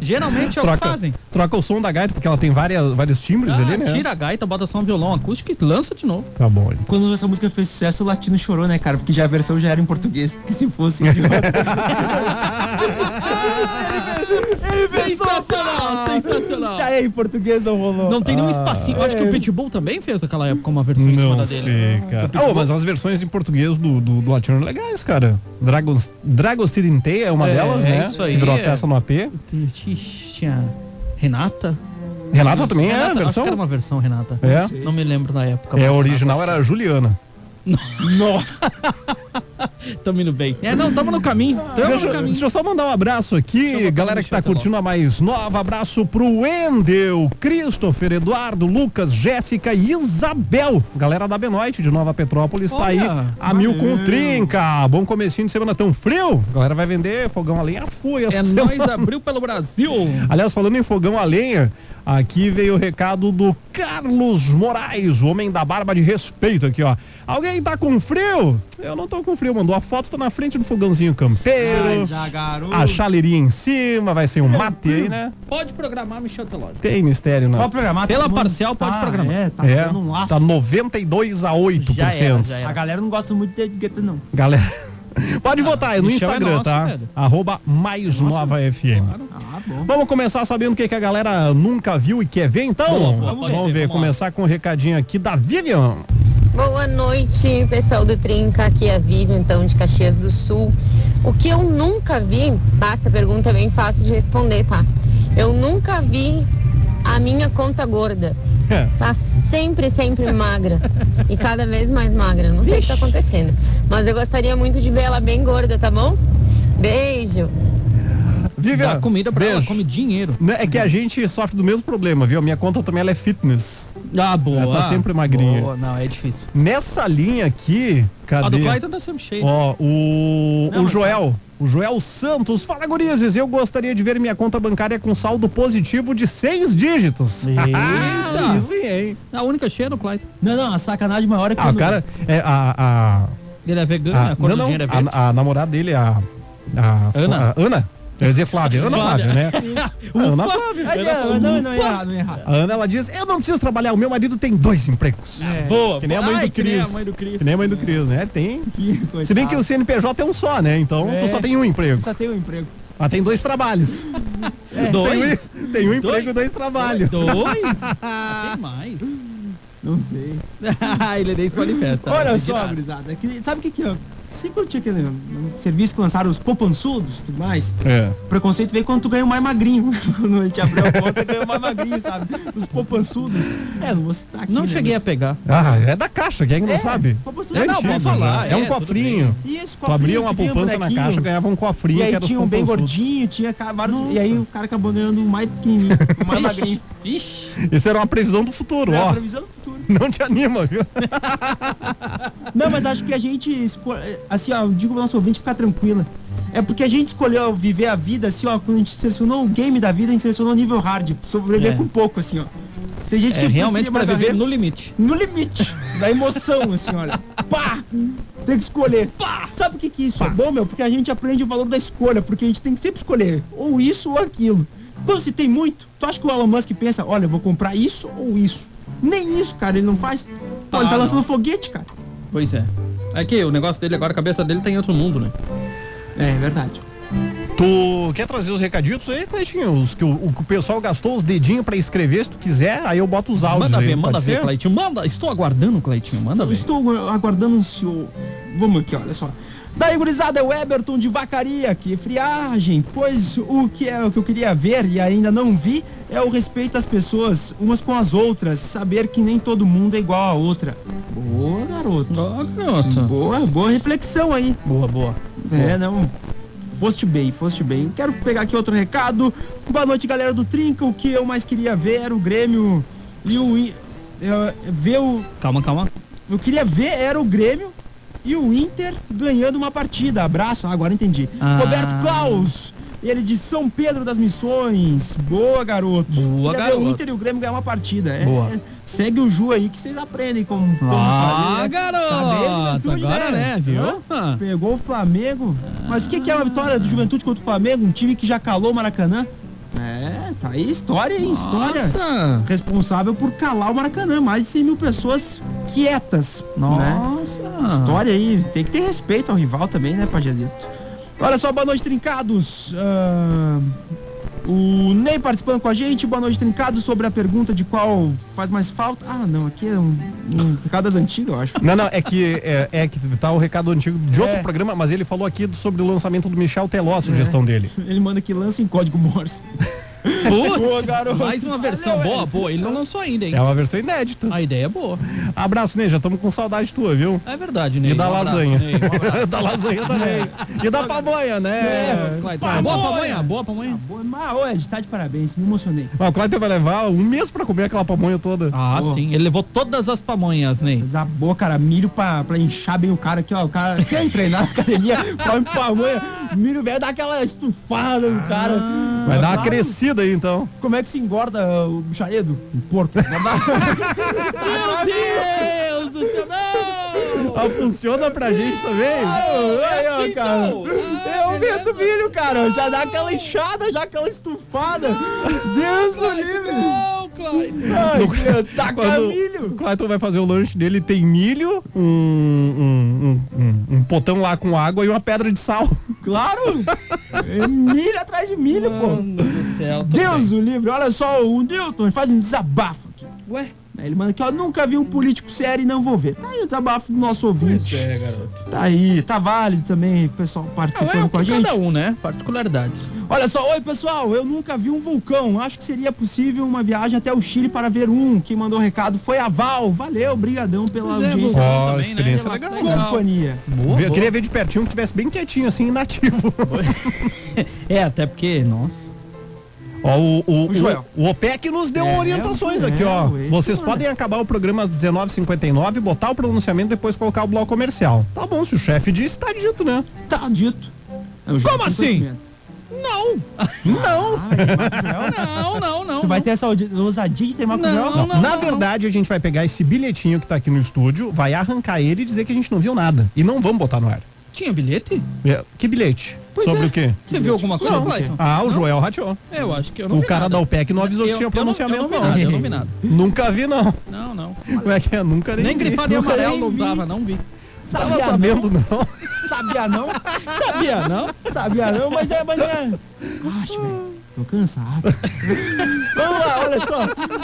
[SPEAKER 5] Geralmente é o que
[SPEAKER 4] Troca,
[SPEAKER 5] fazem.
[SPEAKER 4] troca o som da gaita, porque ela tem várias, vários timbres ali, né?
[SPEAKER 5] Ah, tira a gaita, bota só um violão acústico e lança
[SPEAKER 4] [LAUGHS]
[SPEAKER 5] de novo.
[SPEAKER 4] Tá bom. então.
[SPEAKER 6] Quando essa música fez sucesso, o latino chorou, né, cara? Porque já a versão já era em português, que se
[SPEAKER 4] [LAUGHS]
[SPEAKER 6] fosse... em idioma-
[SPEAKER 5] Sensacional, sensacional.
[SPEAKER 6] já é em português, não rolou.
[SPEAKER 5] Não tem nenhum espacinho. Eu acho que o Pitbull também fez naquela época uma versão em cima
[SPEAKER 4] Ah, é. Não
[SPEAKER 5] da dele. né?
[SPEAKER 4] sei, cara. Oh, mas as versões em português do, do, do latino são legais, cara. Dragos, Dragostidinte é uma
[SPEAKER 5] É,
[SPEAKER 4] delas,
[SPEAKER 5] é
[SPEAKER 4] né?
[SPEAKER 5] isso aí,
[SPEAKER 4] Que virou
[SPEAKER 5] é.
[SPEAKER 4] peça no AP.
[SPEAKER 5] Tinha Renata.
[SPEAKER 4] Renata também é a
[SPEAKER 5] Renata, Acho
[SPEAKER 4] versão?
[SPEAKER 5] que era uma versão, Renata.
[SPEAKER 4] É?
[SPEAKER 5] Não me lembro da época.
[SPEAKER 4] É, a
[SPEAKER 5] mas [LAUGHS]
[SPEAKER 4] original era a Juliana.
[SPEAKER 6] Nossa!
[SPEAKER 5] Tamo indo bem. É, não, tamo no caminho. Tamo
[SPEAKER 4] Ah, Deixa,
[SPEAKER 5] no caminho.
[SPEAKER 4] deixa eu só mandar um abraço
[SPEAKER 5] eu
[SPEAKER 4] aqui,
[SPEAKER 5] botar
[SPEAKER 4] galera
[SPEAKER 5] no
[SPEAKER 4] que tá
[SPEAKER 5] chat logo.
[SPEAKER 4] curtindo a mais nova. Abraço pro Wendel, Christopher, Eduardo, Lucas, Jéssica e Isabel. Galera da Benoite de Nova Petrópolis tá aí
[SPEAKER 5] Olha,
[SPEAKER 4] a mil com trinca. Bom comecinho de semana tão frio. Galera vai vender fogão a lenha a fui essa
[SPEAKER 5] É
[SPEAKER 4] semana.
[SPEAKER 5] nós abriu pelo Brasil.
[SPEAKER 4] Aliás, falando em fogão a lenha, aqui veio o recado do Carlos Moraes, o homem da barba de respeito aqui, ó. Alguém tá com frio? Eu não tô com frio, mandou a foto, tá na frente do fogãozinho
[SPEAKER 5] Ah,
[SPEAKER 4] campeiro.
[SPEAKER 6] Mas a garota...
[SPEAKER 4] A chaleirinha em cima, vai ser um mate aí, né?
[SPEAKER 5] Pode programar, Michel Telógio.
[SPEAKER 4] Tem mistério, não.
[SPEAKER 6] Pode programar.
[SPEAKER 5] Pela
[SPEAKER 6] todo mundo
[SPEAKER 5] parcial, pode
[SPEAKER 6] tá,
[SPEAKER 5] programar.
[SPEAKER 6] É, tá
[SPEAKER 4] É,
[SPEAKER 6] dando um laço.
[SPEAKER 4] tá 92 a 8%.
[SPEAKER 5] Já era, já era.
[SPEAKER 6] A galera não gosta muito de Guetta, não.
[SPEAKER 4] Galera, [LAUGHS] pode votar aí no
[SPEAKER 5] Michel é
[SPEAKER 4] Instagram,
[SPEAKER 5] nosso,
[SPEAKER 4] tá?
[SPEAKER 5] velho.
[SPEAKER 4] Arroba mais nova FM.
[SPEAKER 6] Ah, bom.
[SPEAKER 4] Vamos começar sabendo o que, que a galera nunca viu e quer ver, então?
[SPEAKER 5] Boa, boa,
[SPEAKER 4] vamos
[SPEAKER 5] pode ser,
[SPEAKER 4] ver,
[SPEAKER 5] vamos lá.
[SPEAKER 4] começar com um recadinho aqui da Vivian.
[SPEAKER 8] Boa noite, pessoal do Trinca. Aqui é a Vivi, então, de Caxias do Sul. O que eu nunca vi, ah, essa pergunta é bem fácil de responder, tá? Eu nunca vi a minha conta gorda.
[SPEAKER 4] É.
[SPEAKER 8] Tá
[SPEAKER 5] [LAUGHS]
[SPEAKER 8] sempre, sempre magra. E cada vez mais magra. Não sei o que tá acontecendo. Mas eu gostaria muito de ver ela bem gorda, tá bom? Beijo.
[SPEAKER 4] Vivian,
[SPEAKER 5] Dá comida pra ela,
[SPEAKER 4] beijo.
[SPEAKER 5] come dinheiro.
[SPEAKER 4] Né, É que a gente sofre do mesmo problema, viu? A minha conta também ela é fitness.
[SPEAKER 5] Ah, boa.
[SPEAKER 4] Ela tá sempre magrinha.
[SPEAKER 5] Boa, não, é difícil.
[SPEAKER 4] Nessa linha aqui,
[SPEAKER 5] A do
[SPEAKER 4] cadê?
[SPEAKER 5] Clayton tá sempre cheia.
[SPEAKER 4] Ó, o,
[SPEAKER 6] Não,
[SPEAKER 4] o
[SPEAKER 6] mas
[SPEAKER 4] Joel. O Joel Santos. Fala, gurizes. Eu gostaria de ver minha conta bancária com saldo positivo de seis dígitos. [LAUGHS]
[SPEAKER 5] Eita.
[SPEAKER 4] Isso aí, hein?
[SPEAKER 5] A única cheia é do Clayton.
[SPEAKER 6] Não, não, a sacanagem maior é
[SPEAKER 4] Ah, o
[SPEAKER 6] quando-
[SPEAKER 4] cara. É, a, a,
[SPEAKER 5] Ele é vegano,
[SPEAKER 4] a-
[SPEAKER 5] a cor
[SPEAKER 4] Ah, não,
[SPEAKER 5] do
[SPEAKER 4] não.
[SPEAKER 5] dinheiro é verde.
[SPEAKER 4] A, a namorada dele, a. a
[SPEAKER 5] Ana.
[SPEAKER 4] a Ana. Eu ia dizer Flávia. Ana
[SPEAKER 5] Flávia.
[SPEAKER 4] Flávia, né?
[SPEAKER 5] [LAUGHS]
[SPEAKER 4] A Ana Flávia.
[SPEAKER 6] Mas, é, não, não, não ia errar, não ia errar.
[SPEAKER 4] A Ana, ela diz: Eu não preciso trabalhar, o meu marido tem dois empregos.
[SPEAKER 5] Boa,
[SPEAKER 4] Ah, Que nem a mãe
[SPEAKER 5] É. Ai,
[SPEAKER 4] do
[SPEAKER 5] que nem a
[SPEAKER 4] Cris.
[SPEAKER 5] mãe do Cris.
[SPEAKER 4] Que nem a mãe do Cris, né? Tem. Se bem que o
[SPEAKER 6] eu
[SPEAKER 4] CNPJ é um só, né? Então tu
[SPEAKER 6] É.
[SPEAKER 4] só tem um emprego.
[SPEAKER 6] só tenho um emprego.
[SPEAKER 4] Mas tem dois trabalhos.
[SPEAKER 5] É, Dois?
[SPEAKER 4] Tem um, tem um emprego e dois trabalhos.
[SPEAKER 5] Dois? [LAUGHS] Tem mais.
[SPEAKER 6] Não sei.
[SPEAKER 5] Ah, [LAUGHS] ele nem se manifesta.
[SPEAKER 6] Olha
[SPEAKER 5] Não sei Tá, de
[SPEAKER 6] só,
[SPEAKER 5] nada.
[SPEAKER 6] gurizada. que- Sabe o que que é? Sempre eu tinha aquele um serviço que lançaram os poupançudos e tudo mais.
[SPEAKER 4] É.
[SPEAKER 6] Preconceito veio quando tu ganha o mais magrinho. [LAUGHS] quando a gente abriu a porta, ganhou o mais magrinho, sabe? Os poupançudos. É, não vou citar aqui.
[SPEAKER 5] Não
[SPEAKER 6] né,
[SPEAKER 5] cheguei a
[SPEAKER 6] mas-
[SPEAKER 5] pegar.
[SPEAKER 4] Ah, é da caixa, quem não sabe?
[SPEAKER 6] poupançudo
[SPEAKER 4] É
[SPEAKER 6] não,
[SPEAKER 4] antigo,
[SPEAKER 5] pode falar,
[SPEAKER 4] né? É, um
[SPEAKER 5] é, tudo
[SPEAKER 4] cofrinho.
[SPEAKER 6] E esse
[SPEAKER 4] Tu abria
[SPEAKER 6] cofrinho
[SPEAKER 4] uma
[SPEAKER 6] que vinha
[SPEAKER 4] poupança na
[SPEAKER 6] bonequinho?
[SPEAKER 4] caixa, ganhava um cofrinho
[SPEAKER 6] E
[SPEAKER 4] que
[SPEAKER 6] aí
[SPEAKER 4] era
[SPEAKER 6] tinha um bem
[SPEAKER 4] poupançudos.
[SPEAKER 6] gordinho, tinha ca- vários. E aí o cara acabou ganhando o mais pequenininho, o
[SPEAKER 4] [LAUGHS]
[SPEAKER 6] mais magrinho.
[SPEAKER 5] Ixi,
[SPEAKER 4] Isso era uma previsão do futuro,
[SPEAKER 6] É a
[SPEAKER 4] ó.
[SPEAKER 6] previsão do futuro.
[SPEAKER 4] Não te anima, viu?
[SPEAKER 6] Não, mas acho que a gente. esco- Assim, ó, eu digo pro nosso ouvinte ficar tranquila. É porque a gente escolheu viver a vida, assim, ó, quando a gente selecionou o game da vida, a gente selecionou o nível hard. Sobreviver
[SPEAKER 5] É.
[SPEAKER 6] com pouco, assim, ó. Tem gente
[SPEAKER 5] é
[SPEAKER 6] que
[SPEAKER 5] realmente
[SPEAKER 6] prefere
[SPEAKER 5] pra
[SPEAKER 6] mais a
[SPEAKER 5] viver
[SPEAKER 6] renda
[SPEAKER 5] no limite.
[SPEAKER 6] no limite da emoção, assim, olha. Pá! Tem que escolher. Pá! Sabe o que que isso é bom, meu? Porque a gente aprende o valor da escolha, porque a gente tem que sempre escolher ou isso ou aquilo. Quando se tem muito, tu acha que o Elon Musk pensa, olha, eu vou comprar isso ou isso? Nem isso, cara, ele não faz. Pô, ele
[SPEAKER 5] Ah,
[SPEAKER 6] tá lançando
[SPEAKER 5] não.
[SPEAKER 6] foguete, cara.
[SPEAKER 5] Pois é. É que o negócio dele agora, a cabeça dele tá em outro mundo, né?
[SPEAKER 6] É, é verdade.
[SPEAKER 4] Tu quer trazer os recadinhos aí, Cleitinho? Os que o, o que o pessoal gastou os dedinhos pra escrever, se tu quiser, aí eu boto os áudios
[SPEAKER 5] Manda
[SPEAKER 4] aí,
[SPEAKER 5] ver,
[SPEAKER 4] pode
[SPEAKER 5] manda ver,
[SPEAKER 4] ser?
[SPEAKER 5] Cleitinho. Manda, estou aguardando, Cleitinho. Manda ver.
[SPEAKER 6] Estou agu- aguardando o senhor. Vamos aqui, olha só. Daí, gurizada, é o Everton de Vacaria, que friagem, pois o que é o que eu queria ver e ainda não vi é o respeito às pessoas umas com as outras, saber que nem todo mundo é igual a outra. Boa, garoto.
[SPEAKER 5] Ó, garoto.
[SPEAKER 6] Boa, boa reflexão aí.
[SPEAKER 5] Boa, boa.
[SPEAKER 6] É, não. Foste bem, foste bem. Quero pegar aqui outro recado. Boa noite, galera do Trinca. O que eu mais queria ver era o Grêmio e o. I- eh, ver o,
[SPEAKER 5] Calma, calma.
[SPEAKER 6] eu queria ver era o Grêmio e o Inter ganhando uma partida. Abraço, Ah, agora entendi.
[SPEAKER 5] Ah.
[SPEAKER 6] Roberto Claus, ele de São Pedro das Missões. Boa, garoto.
[SPEAKER 5] Boa,
[SPEAKER 6] queria ver
[SPEAKER 5] garoto.
[SPEAKER 6] o Inter e o Grêmio ganhar uma partida. É,
[SPEAKER 5] Boa.
[SPEAKER 6] é, segue o Ju aí que vocês aprendem como, como
[SPEAKER 5] Ah,
[SPEAKER 6] fazer, né?
[SPEAKER 5] garoto.
[SPEAKER 6] juventude,
[SPEAKER 5] Agora, né,
[SPEAKER 6] Hã?
[SPEAKER 5] viu? Ah.
[SPEAKER 6] Pegou o Flamengo. Mas o que, que é uma vitória do Juventude contra o Flamengo? Um time que já calou o Maracanã? É, tá aí história, hein? História
[SPEAKER 5] Nossa.
[SPEAKER 6] responsável por calar o Maracanã, mais de 100 mil pessoas quietas. Né?
[SPEAKER 5] Nossa.
[SPEAKER 6] História aí, tem que ter respeito ao rival também, né, Pajazito? Olha só, boa noite, trincados. Ah, o Ney participando com a gente, boa noite, trincados, sobre a pergunta de qual faz mais falta. Ah, não, aqui é um, um recado das antigas, eu acho. [LAUGHS]
[SPEAKER 4] Não, não, é que é, é que tá o recado antigo de outro
[SPEAKER 6] É.
[SPEAKER 4] programa, mas ele falou aqui do- sobre o lançamento do Michel Teló, a sugestão dele.
[SPEAKER 6] Ele manda que lança em código Morse. Boa, garoto.
[SPEAKER 5] Putz, mais uma versão
[SPEAKER 6] Valeu,
[SPEAKER 5] boa, boa. Ele não lançou ainda, hein?
[SPEAKER 4] É uma versão inédita.
[SPEAKER 5] A ideia é boa.
[SPEAKER 4] Abraço, Ney, já estamos com saudade tua, viu?
[SPEAKER 5] É verdade, né?
[SPEAKER 4] E da lasanha.
[SPEAKER 5] Abraço, Ney. Um abraço.
[SPEAKER 4] [LAUGHS] da lasanha também. E
[SPEAKER 5] [LAUGHS]
[SPEAKER 4] da pamonha, né?
[SPEAKER 5] Clayton, É, boa pra amanhã, boa pra amanhã.
[SPEAKER 6] Boa, mas, ô, Ed, tá de parabéns, me emocionei.
[SPEAKER 4] Mas o Clayton vai levar um mês pra comer aquela pamonha toda.
[SPEAKER 5] Ah, sim. Ele levou todas as pamonhas, né? Ney.
[SPEAKER 6] Mas a boa, cara, milho pra, pra inchar bem o cara aqui, ó. O cara quer treinar na academia, [LAUGHS] come pamonha. Milho velho dá aquela estufada no cara.
[SPEAKER 4] Vai dar uma
[SPEAKER 6] Claro.
[SPEAKER 4] crescida aí, então.
[SPEAKER 6] Como é que se engorda o charedo? Um porco.
[SPEAKER 5] Meu Deus do céu, não!
[SPEAKER 4] Ah, funciona pra gente também? é
[SPEAKER 6] Aí, ó,
[SPEAKER 5] assim,
[SPEAKER 6] cara.
[SPEAKER 5] então.
[SPEAKER 6] Eu
[SPEAKER 4] Ah,
[SPEAKER 6] aumento o milho, cara. Já dá aquela inchada, já aquela estufada. Deus do livre.
[SPEAKER 5] Não, Clayton.
[SPEAKER 6] Ai, Deus, taca
[SPEAKER 4] Quando o
[SPEAKER 6] milho.
[SPEAKER 4] Clayton vai fazer o lanche dele, tem milho, um, um, um, um- um potão lá com água e uma pedra de sal. [LAUGHS]
[SPEAKER 6] Claro. É milho atrás de milho, pô.
[SPEAKER 5] Mano do céu. tô
[SPEAKER 6] Deus do livre. Olha só, o Newton faz um desabafo aqui.
[SPEAKER 5] bem. Ué?
[SPEAKER 6] Aí Ele manda aqui, ó, nunca vi um político sério e não vou ver. Tá aí o desabafo do nosso ouvinte.
[SPEAKER 5] É, garoto.
[SPEAKER 6] Tá aí, tá válido também, pessoal
[SPEAKER 5] Ah,
[SPEAKER 6] participando
[SPEAKER 5] é,
[SPEAKER 6] com a gente.
[SPEAKER 5] cada um, né? Particularidades.
[SPEAKER 6] Olha só, oi pessoal, eu nunca vi um vulcão. Acho que seria possível uma viagem até o Chile para ver um. Quem mandou o recado foi a Val. Valeu, brigadão pela
[SPEAKER 5] Pois é,
[SPEAKER 6] audiência.
[SPEAKER 5] vulcão
[SPEAKER 4] Ó,
[SPEAKER 5] também,
[SPEAKER 4] experiência
[SPEAKER 5] Bastante
[SPEAKER 4] legal.
[SPEAKER 6] Companhia.
[SPEAKER 5] Boa,
[SPEAKER 4] Eu
[SPEAKER 5] boa.
[SPEAKER 4] queria ver de pertinho que tivesse bem quietinho, assim,
[SPEAKER 5] [LAUGHS]
[SPEAKER 4] inativo.
[SPEAKER 5] É, até porque, nossa.
[SPEAKER 4] Ó, o, o,
[SPEAKER 6] O Joel.
[SPEAKER 4] o- o OPEC nos deu
[SPEAKER 6] É,
[SPEAKER 4] orientações
[SPEAKER 6] o Joel,
[SPEAKER 4] aqui, ó.
[SPEAKER 6] ele
[SPEAKER 4] Vocês
[SPEAKER 6] manda.
[SPEAKER 4] podem acabar o programa às 19h59, botar o pronunciamento e depois colocar o bloco comercial. Tá bom, se o chefe disse, tá dito, né?
[SPEAKER 5] Ah,
[SPEAKER 6] Tá dito. É o Joel
[SPEAKER 5] Como
[SPEAKER 6] tem
[SPEAKER 5] assim?
[SPEAKER 6] conhecimento.
[SPEAKER 5] Não!
[SPEAKER 4] Não!
[SPEAKER 5] Não, não, não.
[SPEAKER 6] Tu vai ter essa audi- ousadia de ter uma
[SPEAKER 5] Não, não, não.
[SPEAKER 4] Na verdade, a gente vai pegar esse bilhetinho que tá aqui no estúdio, vai arrancar ele e dizer que a gente não viu nada. E não vamos botar no ar.
[SPEAKER 5] Tinha bilhete?
[SPEAKER 4] É, Que bilhete?
[SPEAKER 5] Pois
[SPEAKER 4] Sobre
[SPEAKER 5] é.
[SPEAKER 4] o quê?
[SPEAKER 5] Você viu alguma coisa, Clayton?
[SPEAKER 4] Ah, o Joel rateou.
[SPEAKER 5] Eu acho que eu não
[SPEAKER 4] O
[SPEAKER 5] vi
[SPEAKER 4] cara
[SPEAKER 5] nada.
[SPEAKER 4] da OPEC não avisou
[SPEAKER 5] Eu-
[SPEAKER 4] que tinha
[SPEAKER 5] eu não-
[SPEAKER 4] pronunciamento,
[SPEAKER 5] eu não vi nada, eu não vi nada.
[SPEAKER 4] [LAUGHS] Nunca vi, não.
[SPEAKER 5] Não, não.
[SPEAKER 4] Como é que é? Nunca nem.
[SPEAKER 5] Nem
[SPEAKER 4] vi.
[SPEAKER 5] grifado e
[SPEAKER 4] Nunca
[SPEAKER 5] amarelo
[SPEAKER 4] nem
[SPEAKER 5] não
[SPEAKER 4] vi.
[SPEAKER 5] dava, não vi.
[SPEAKER 4] Tava
[SPEAKER 6] Sabia
[SPEAKER 4] sabendo, não.
[SPEAKER 6] não. Sabia não?
[SPEAKER 5] Sabia, não?
[SPEAKER 6] Sabia não, mas é, mas é. Acho, velho. Tô
[SPEAKER 5] [LAUGHS]
[SPEAKER 6] cansado. Vamos lá, olha só.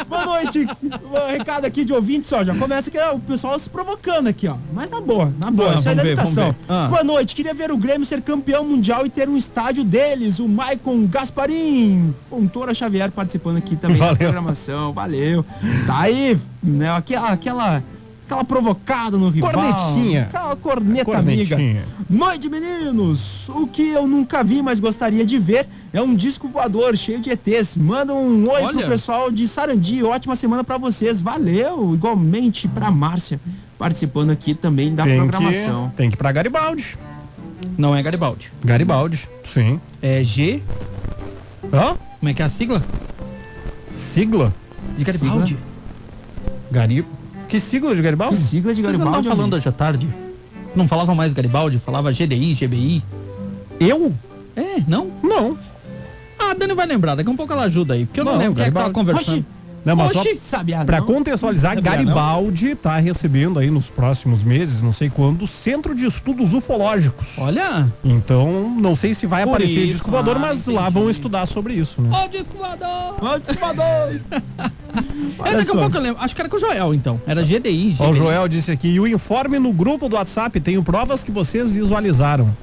[SPEAKER 6] Boa noite. Um recado aqui de ouvinte só. Já começa que é o pessoal se provocando aqui, ó. Mas na boa, na boa.
[SPEAKER 5] Ah,
[SPEAKER 6] isso aí é da
[SPEAKER 5] vamos ver,
[SPEAKER 6] educação.
[SPEAKER 5] vamos ver. Ah.
[SPEAKER 6] Boa noite. Queria ver o Grêmio ser campeão mundial e ter um estádio deles. O Maicon Gasparim. Fontoura Xavier participando aqui também da
[SPEAKER 4] Valeu.
[SPEAKER 6] programação. Valeu. Tá aí, né? Aquela. aquela Aquela provocada no rival.
[SPEAKER 4] Cornetinha.
[SPEAKER 6] Aquela corneta,
[SPEAKER 4] Cornetinha.
[SPEAKER 6] amiga. Noite, meninos! O que eu nunca vi, mas gostaria de ver, é um disco voador cheio de ETs. Manda um oi
[SPEAKER 5] Olha.
[SPEAKER 6] pro pessoal de Sarandi. Ótima semana pra vocês. Valeu! Igualmente pra Márcia, participando aqui também da
[SPEAKER 4] Tem
[SPEAKER 6] programação.
[SPEAKER 4] que, tem que ir pra Garibaldi.
[SPEAKER 5] Não é Garibaldi.
[SPEAKER 4] Garibaldi, sim.
[SPEAKER 5] É G.
[SPEAKER 4] Hã?
[SPEAKER 5] Como é que é a sigla?
[SPEAKER 4] Sigla?
[SPEAKER 5] De Garibaldi.
[SPEAKER 4] Gari... Que sigla de Garibaldi?
[SPEAKER 6] Sigla de
[SPEAKER 5] Vocês não estavam
[SPEAKER 6] Garibaldi.
[SPEAKER 5] falando
[SPEAKER 6] amigo.
[SPEAKER 5] hoje à tarde? Não falava mais Garibaldi, falava GDI, GBI.
[SPEAKER 4] Eu?
[SPEAKER 5] É, não?
[SPEAKER 4] Não.
[SPEAKER 5] Ah, a Dani vai lembrar, daqui a um pouco ela ajuda aí, porque eu não,
[SPEAKER 4] Não,
[SPEAKER 5] lembro quem é que tava
[SPEAKER 4] Garibaldi.
[SPEAKER 5] conversando.
[SPEAKER 6] Oxi,
[SPEAKER 4] Não, mas É só
[SPEAKER 6] Oxi, sabiá
[SPEAKER 4] para
[SPEAKER 6] não?
[SPEAKER 4] contextualizar,
[SPEAKER 5] Sabiá não?
[SPEAKER 4] Garibaldi está recebendo aí nos próximos meses, não sei quando, o Centro de Estudos Ufológicos.
[SPEAKER 5] Olha.
[SPEAKER 4] Então, não sei se vai
[SPEAKER 5] Por
[SPEAKER 4] aparecer
[SPEAKER 5] isso,
[SPEAKER 4] disco voador,
[SPEAKER 5] ah,
[SPEAKER 4] mas lá
[SPEAKER 5] entendi.
[SPEAKER 4] vão estudar sobre isso, né?
[SPEAKER 5] Ó o disco voador.
[SPEAKER 6] Ó, o dissipador.
[SPEAKER 5] É,
[SPEAKER 6] Olha
[SPEAKER 5] daqui a
[SPEAKER 6] só.
[SPEAKER 5] pouco eu lembro. Acho que era com o Joel, então. Era GDI.
[SPEAKER 4] Ó, o
[SPEAKER 5] GDI.
[SPEAKER 4] Joel disse aqui, e o informe no grupo do WhatsApp, tenho provas que vocês visualizaram.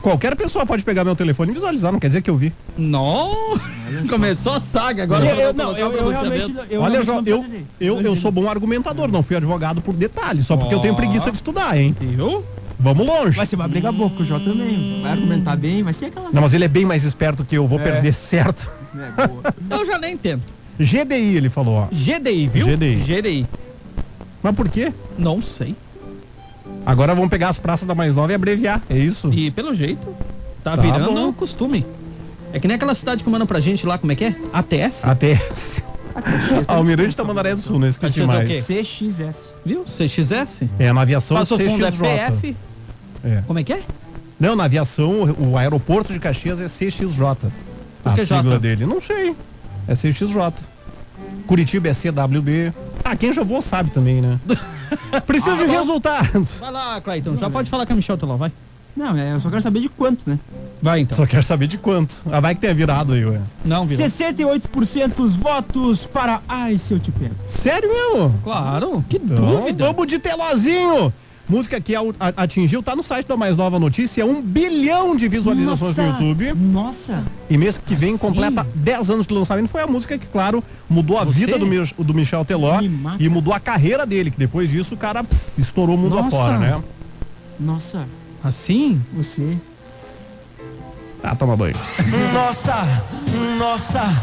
[SPEAKER 4] Qualquer pessoa pode pegar meu telefone e visualizar, não quer dizer que eu vi.
[SPEAKER 5] Não. Começou a saga agora.
[SPEAKER 6] Eu,
[SPEAKER 5] vou
[SPEAKER 6] eu- não,
[SPEAKER 5] colocar
[SPEAKER 6] eu,
[SPEAKER 5] pra
[SPEAKER 6] eu
[SPEAKER 5] você
[SPEAKER 6] realmente.
[SPEAKER 5] ver.
[SPEAKER 6] Eu
[SPEAKER 4] Olha, Joel,
[SPEAKER 6] realmente não
[SPEAKER 4] eu,
[SPEAKER 6] visualizei.
[SPEAKER 4] eu, eu sou bom argumentador, não fui advogado por detalhe, só porque eu tenho
[SPEAKER 5] Ó.
[SPEAKER 4] preguiça de estudar, hein?
[SPEAKER 5] Viu?
[SPEAKER 4] Vamos longe.
[SPEAKER 6] Vai ser uma briga boa, porque o Joel também vai argumentar bem, vai ser aquela.
[SPEAKER 4] Não, mas ele é bem mais esperto que eu, vou perder certo. [LAUGHS]
[SPEAKER 6] É, boa.
[SPEAKER 5] Eu já nem entendo.
[SPEAKER 4] GDI, ele falou, ó.
[SPEAKER 5] GDI, viu?
[SPEAKER 4] GDI.
[SPEAKER 5] GDI.
[SPEAKER 4] Mas por quê?
[SPEAKER 5] Não sei.
[SPEAKER 4] Agora vão pegar as praças da mais nova e abreviar, é isso?
[SPEAKER 5] E pelo jeito, tá,
[SPEAKER 4] Tá
[SPEAKER 5] virando
[SPEAKER 4] bom.
[SPEAKER 5] costume. É que nem aquela cidade que mandam pra gente lá, como é que é? ATS,
[SPEAKER 4] Até. Almirante tá da Mandaré do Sul, não esqueci
[SPEAKER 5] Mas fazer o
[SPEAKER 4] mais.
[SPEAKER 6] CXS.
[SPEAKER 5] viu? CXS.
[SPEAKER 4] É, na aviação
[SPEAKER 5] Passo fundo é
[SPEAKER 4] CXJ.
[SPEAKER 5] PF.
[SPEAKER 4] É.
[SPEAKER 5] Como é que é?
[SPEAKER 4] Não, na aviação, o o aeroporto de Caxias é CXJ.
[SPEAKER 5] Por
[SPEAKER 4] a
[SPEAKER 5] que
[SPEAKER 4] sigla
[SPEAKER 5] J?
[SPEAKER 4] dele. Não sei. É CXJ. Curitiba é CWB. Ah, quem já voou sabe também,
[SPEAKER 5] [LAUGHS]
[SPEAKER 4] né? Preciso
[SPEAKER 5] Ah,
[SPEAKER 4] de resultados.
[SPEAKER 5] Vai lá, Clayton. Já pode falar com a Michelle Teló, vai.
[SPEAKER 6] Não, é, eu só quero saber de quanto, né?
[SPEAKER 5] Vai então.
[SPEAKER 4] Só quero saber de quanto. Ah, vai que tenha virado aí, ué.
[SPEAKER 5] Não, virou.
[SPEAKER 6] 68% dos votos para. Ai, se eu te pego.
[SPEAKER 4] Sério mesmo?
[SPEAKER 5] Claro, que
[SPEAKER 4] Então,
[SPEAKER 5] dúvida.
[SPEAKER 4] vamos de telozinho. Música que au- a- atingiu, tá no site da Mais Nova Notícia, um bilhão de visualizações no YouTube.
[SPEAKER 6] Nossa.
[SPEAKER 4] E mês que vem
[SPEAKER 5] Assim?
[SPEAKER 4] completa 10 anos de lançamento. Foi a música que, claro, mudou a
[SPEAKER 5] Você?
[SPEAKER 4] vida do, Mich- do Michel Teló
[SPEAKER 6] Me mata.
[SPEAKER 4] e mudou a carreira dele, que depois disso o cara pss, estourou o mundo
[SPEAKER 5] Nossa.
[SPEAKER 4] afora, né?
[SPEAKER 6] Nossa,
[SPEAKER 5] Assim?
[SPEAKER 6] você.
[SPEAKER 4] Ah, toma banho.
[SPEAKER 9] Nossa, nossa,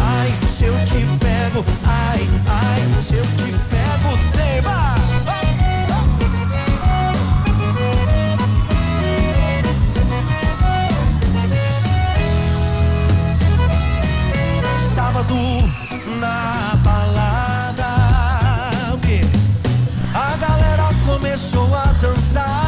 [SPEAKER 9] Ai, se eu te pego, ai, ai, se eu te pego, tema. Sábado na balada. O quê? A galera começou a dançar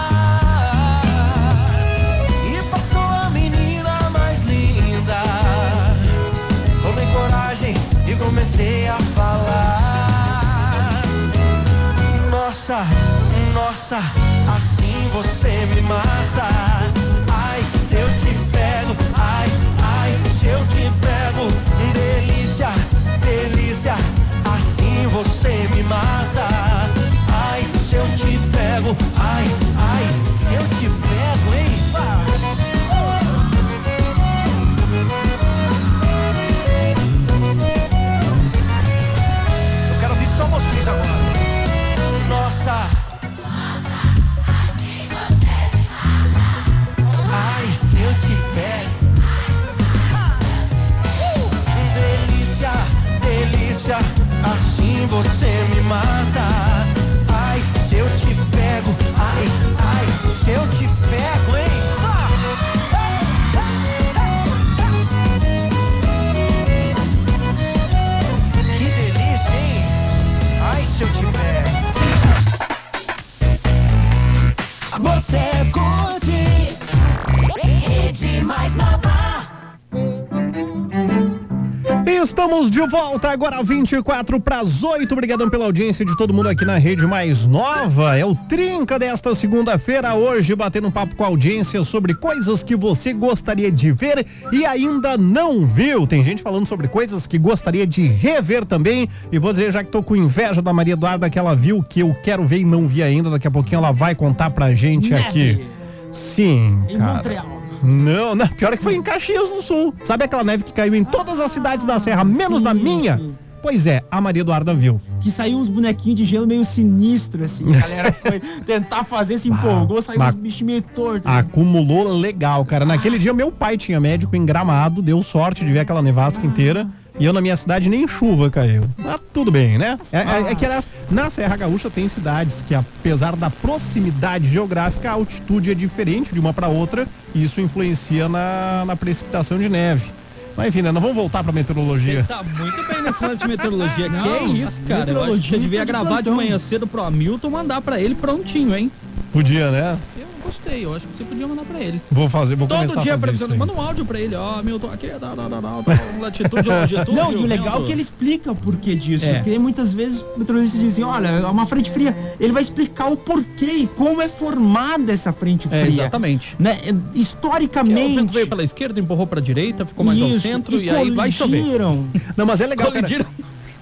[SPEAKER 6] assim assim
[SPEAKER 9] assim
[SPEAKER 4] Estamos de volta agora 24 para as 8. Obrigadão pela audiência de todo mundo aqui na Rede Mais Nova. É o Trinca desta segunda-feira, hoje batendo um papo com a audiência sobre coisas que você gostaria de ver e ainda não viu. Tem gente falando sobre coisas que gostaria de rever também. E vou dizer, já que tô com inveja da Maria Eduarda, que ela viu que eu quero ver e não vi ainda. Daqui a pouquinho ela vai contar pra gente
[SPEAKER 6] Neve.
[SPEAKER 4] aqui. Sim,
[SPEAKER 6] Em
[SPEAKER 4] cara.
[SPEAKER 6] Montreal.
[SPEAKER 4] Não, não, pior é que foi em Caxias do Sul. Sabe aquela neve que caiu em todas as cidades da Serra, menos
[SPEAKER 6] sim,
[SPEAKER 4] na minha?
[SPEAKER 6] sim.
[SPEAKER 4] Pois é, a Maria Eduarda viu.
[SPEAKER 6] Que saiu uns bonequinhos de gelo meio sinistro, assim. A galera foi tentar fazer, se empolgou, saiu
[SPEAKER 4] mas- Ah,
[SPEAKER 6] uns bichos meio tortos.
[SPEAKER 4] Acumulou legal, cara. Naquele dia, meu pai tinha médico em gramado, deu sorte de ver aquela nevasca inteira. E eu na minha cidade nem chuva caiu. Mas tudo bem, né? É, é- é que aliás, na Serra Gaúcha tem cidades que, apesar da proximidade geográfica, a altitude é diferente de uma para outra e isso influencia na, na precipitação de neve. Mas enfim, né? Não vamos voltar pra meteorologia.
[SPEAKER 5] Tá muito bem nesse lance de [LAUGHS] meteorologia.
[SPEAKER 6] Não,
[SPEAKER 5] que isso, cara? Eu acho que
[SPEAKER 6] meteorologista
[SPEAKER 5] eu devia
[SPEAKER 6] de
[SPEAKER 5] gravar de
[SPEAKER 6] plantão.
[SPEAKER 5] manhã cedo pro Hamilton mandar pra ele prontinho, hein?
[SPEAKER 4] Podia, né?
[SPEAKER 5] Eu gostei, eu acho que você podia mandar pra ele.
[SPEAKER 4] Vou fazer, vou começar
[SPEAKER 5] Todo dia
[SPEAKER 4] a fazer
[SPEAKER 5] previsão.
[SPEAKER 4] isso aí.
[SPEAKER 5] Manda um áudio pra ele, ó, Hamilton, aqui, tá, tá, tá, tá, tá, latitude,
[SPEAKER 4] [LAUGHS]
[SPEAKER 5] longitude.
[SPEAKER 6] Não, e o legal
[SPEAKER 5] Hamilton.
[SPEAKER 6] é que ele explica o porquê disso.
[SPEAKER 5] É.
[SPEAKER 6] Porque muitas vezes os meteorologistas dizem, olha, é uma frente fria. Ele vai explicar o porquê e como é formada essa frente
[SPEAKER 5] É,
[SPEAKER 6] fria.
[SPEAKER 5] exatamente. É,
[SPEAKER 6] Né?
[SPEAKER 5] O vento
[SPEAKER 6] Historicamente.
[SPEAKER 5] veio pela esquerda, empurrou pra direita, ficou mais ao
[SPEAKER 6] Isso,
[SPEAKER 5] centro e, aí vai chover. [LAUGHS]
[SPEAKER 6] colidiram.
[SPEAKER 4] Não, mas é legal, cara.
[SPEAKER 5] Colidiram.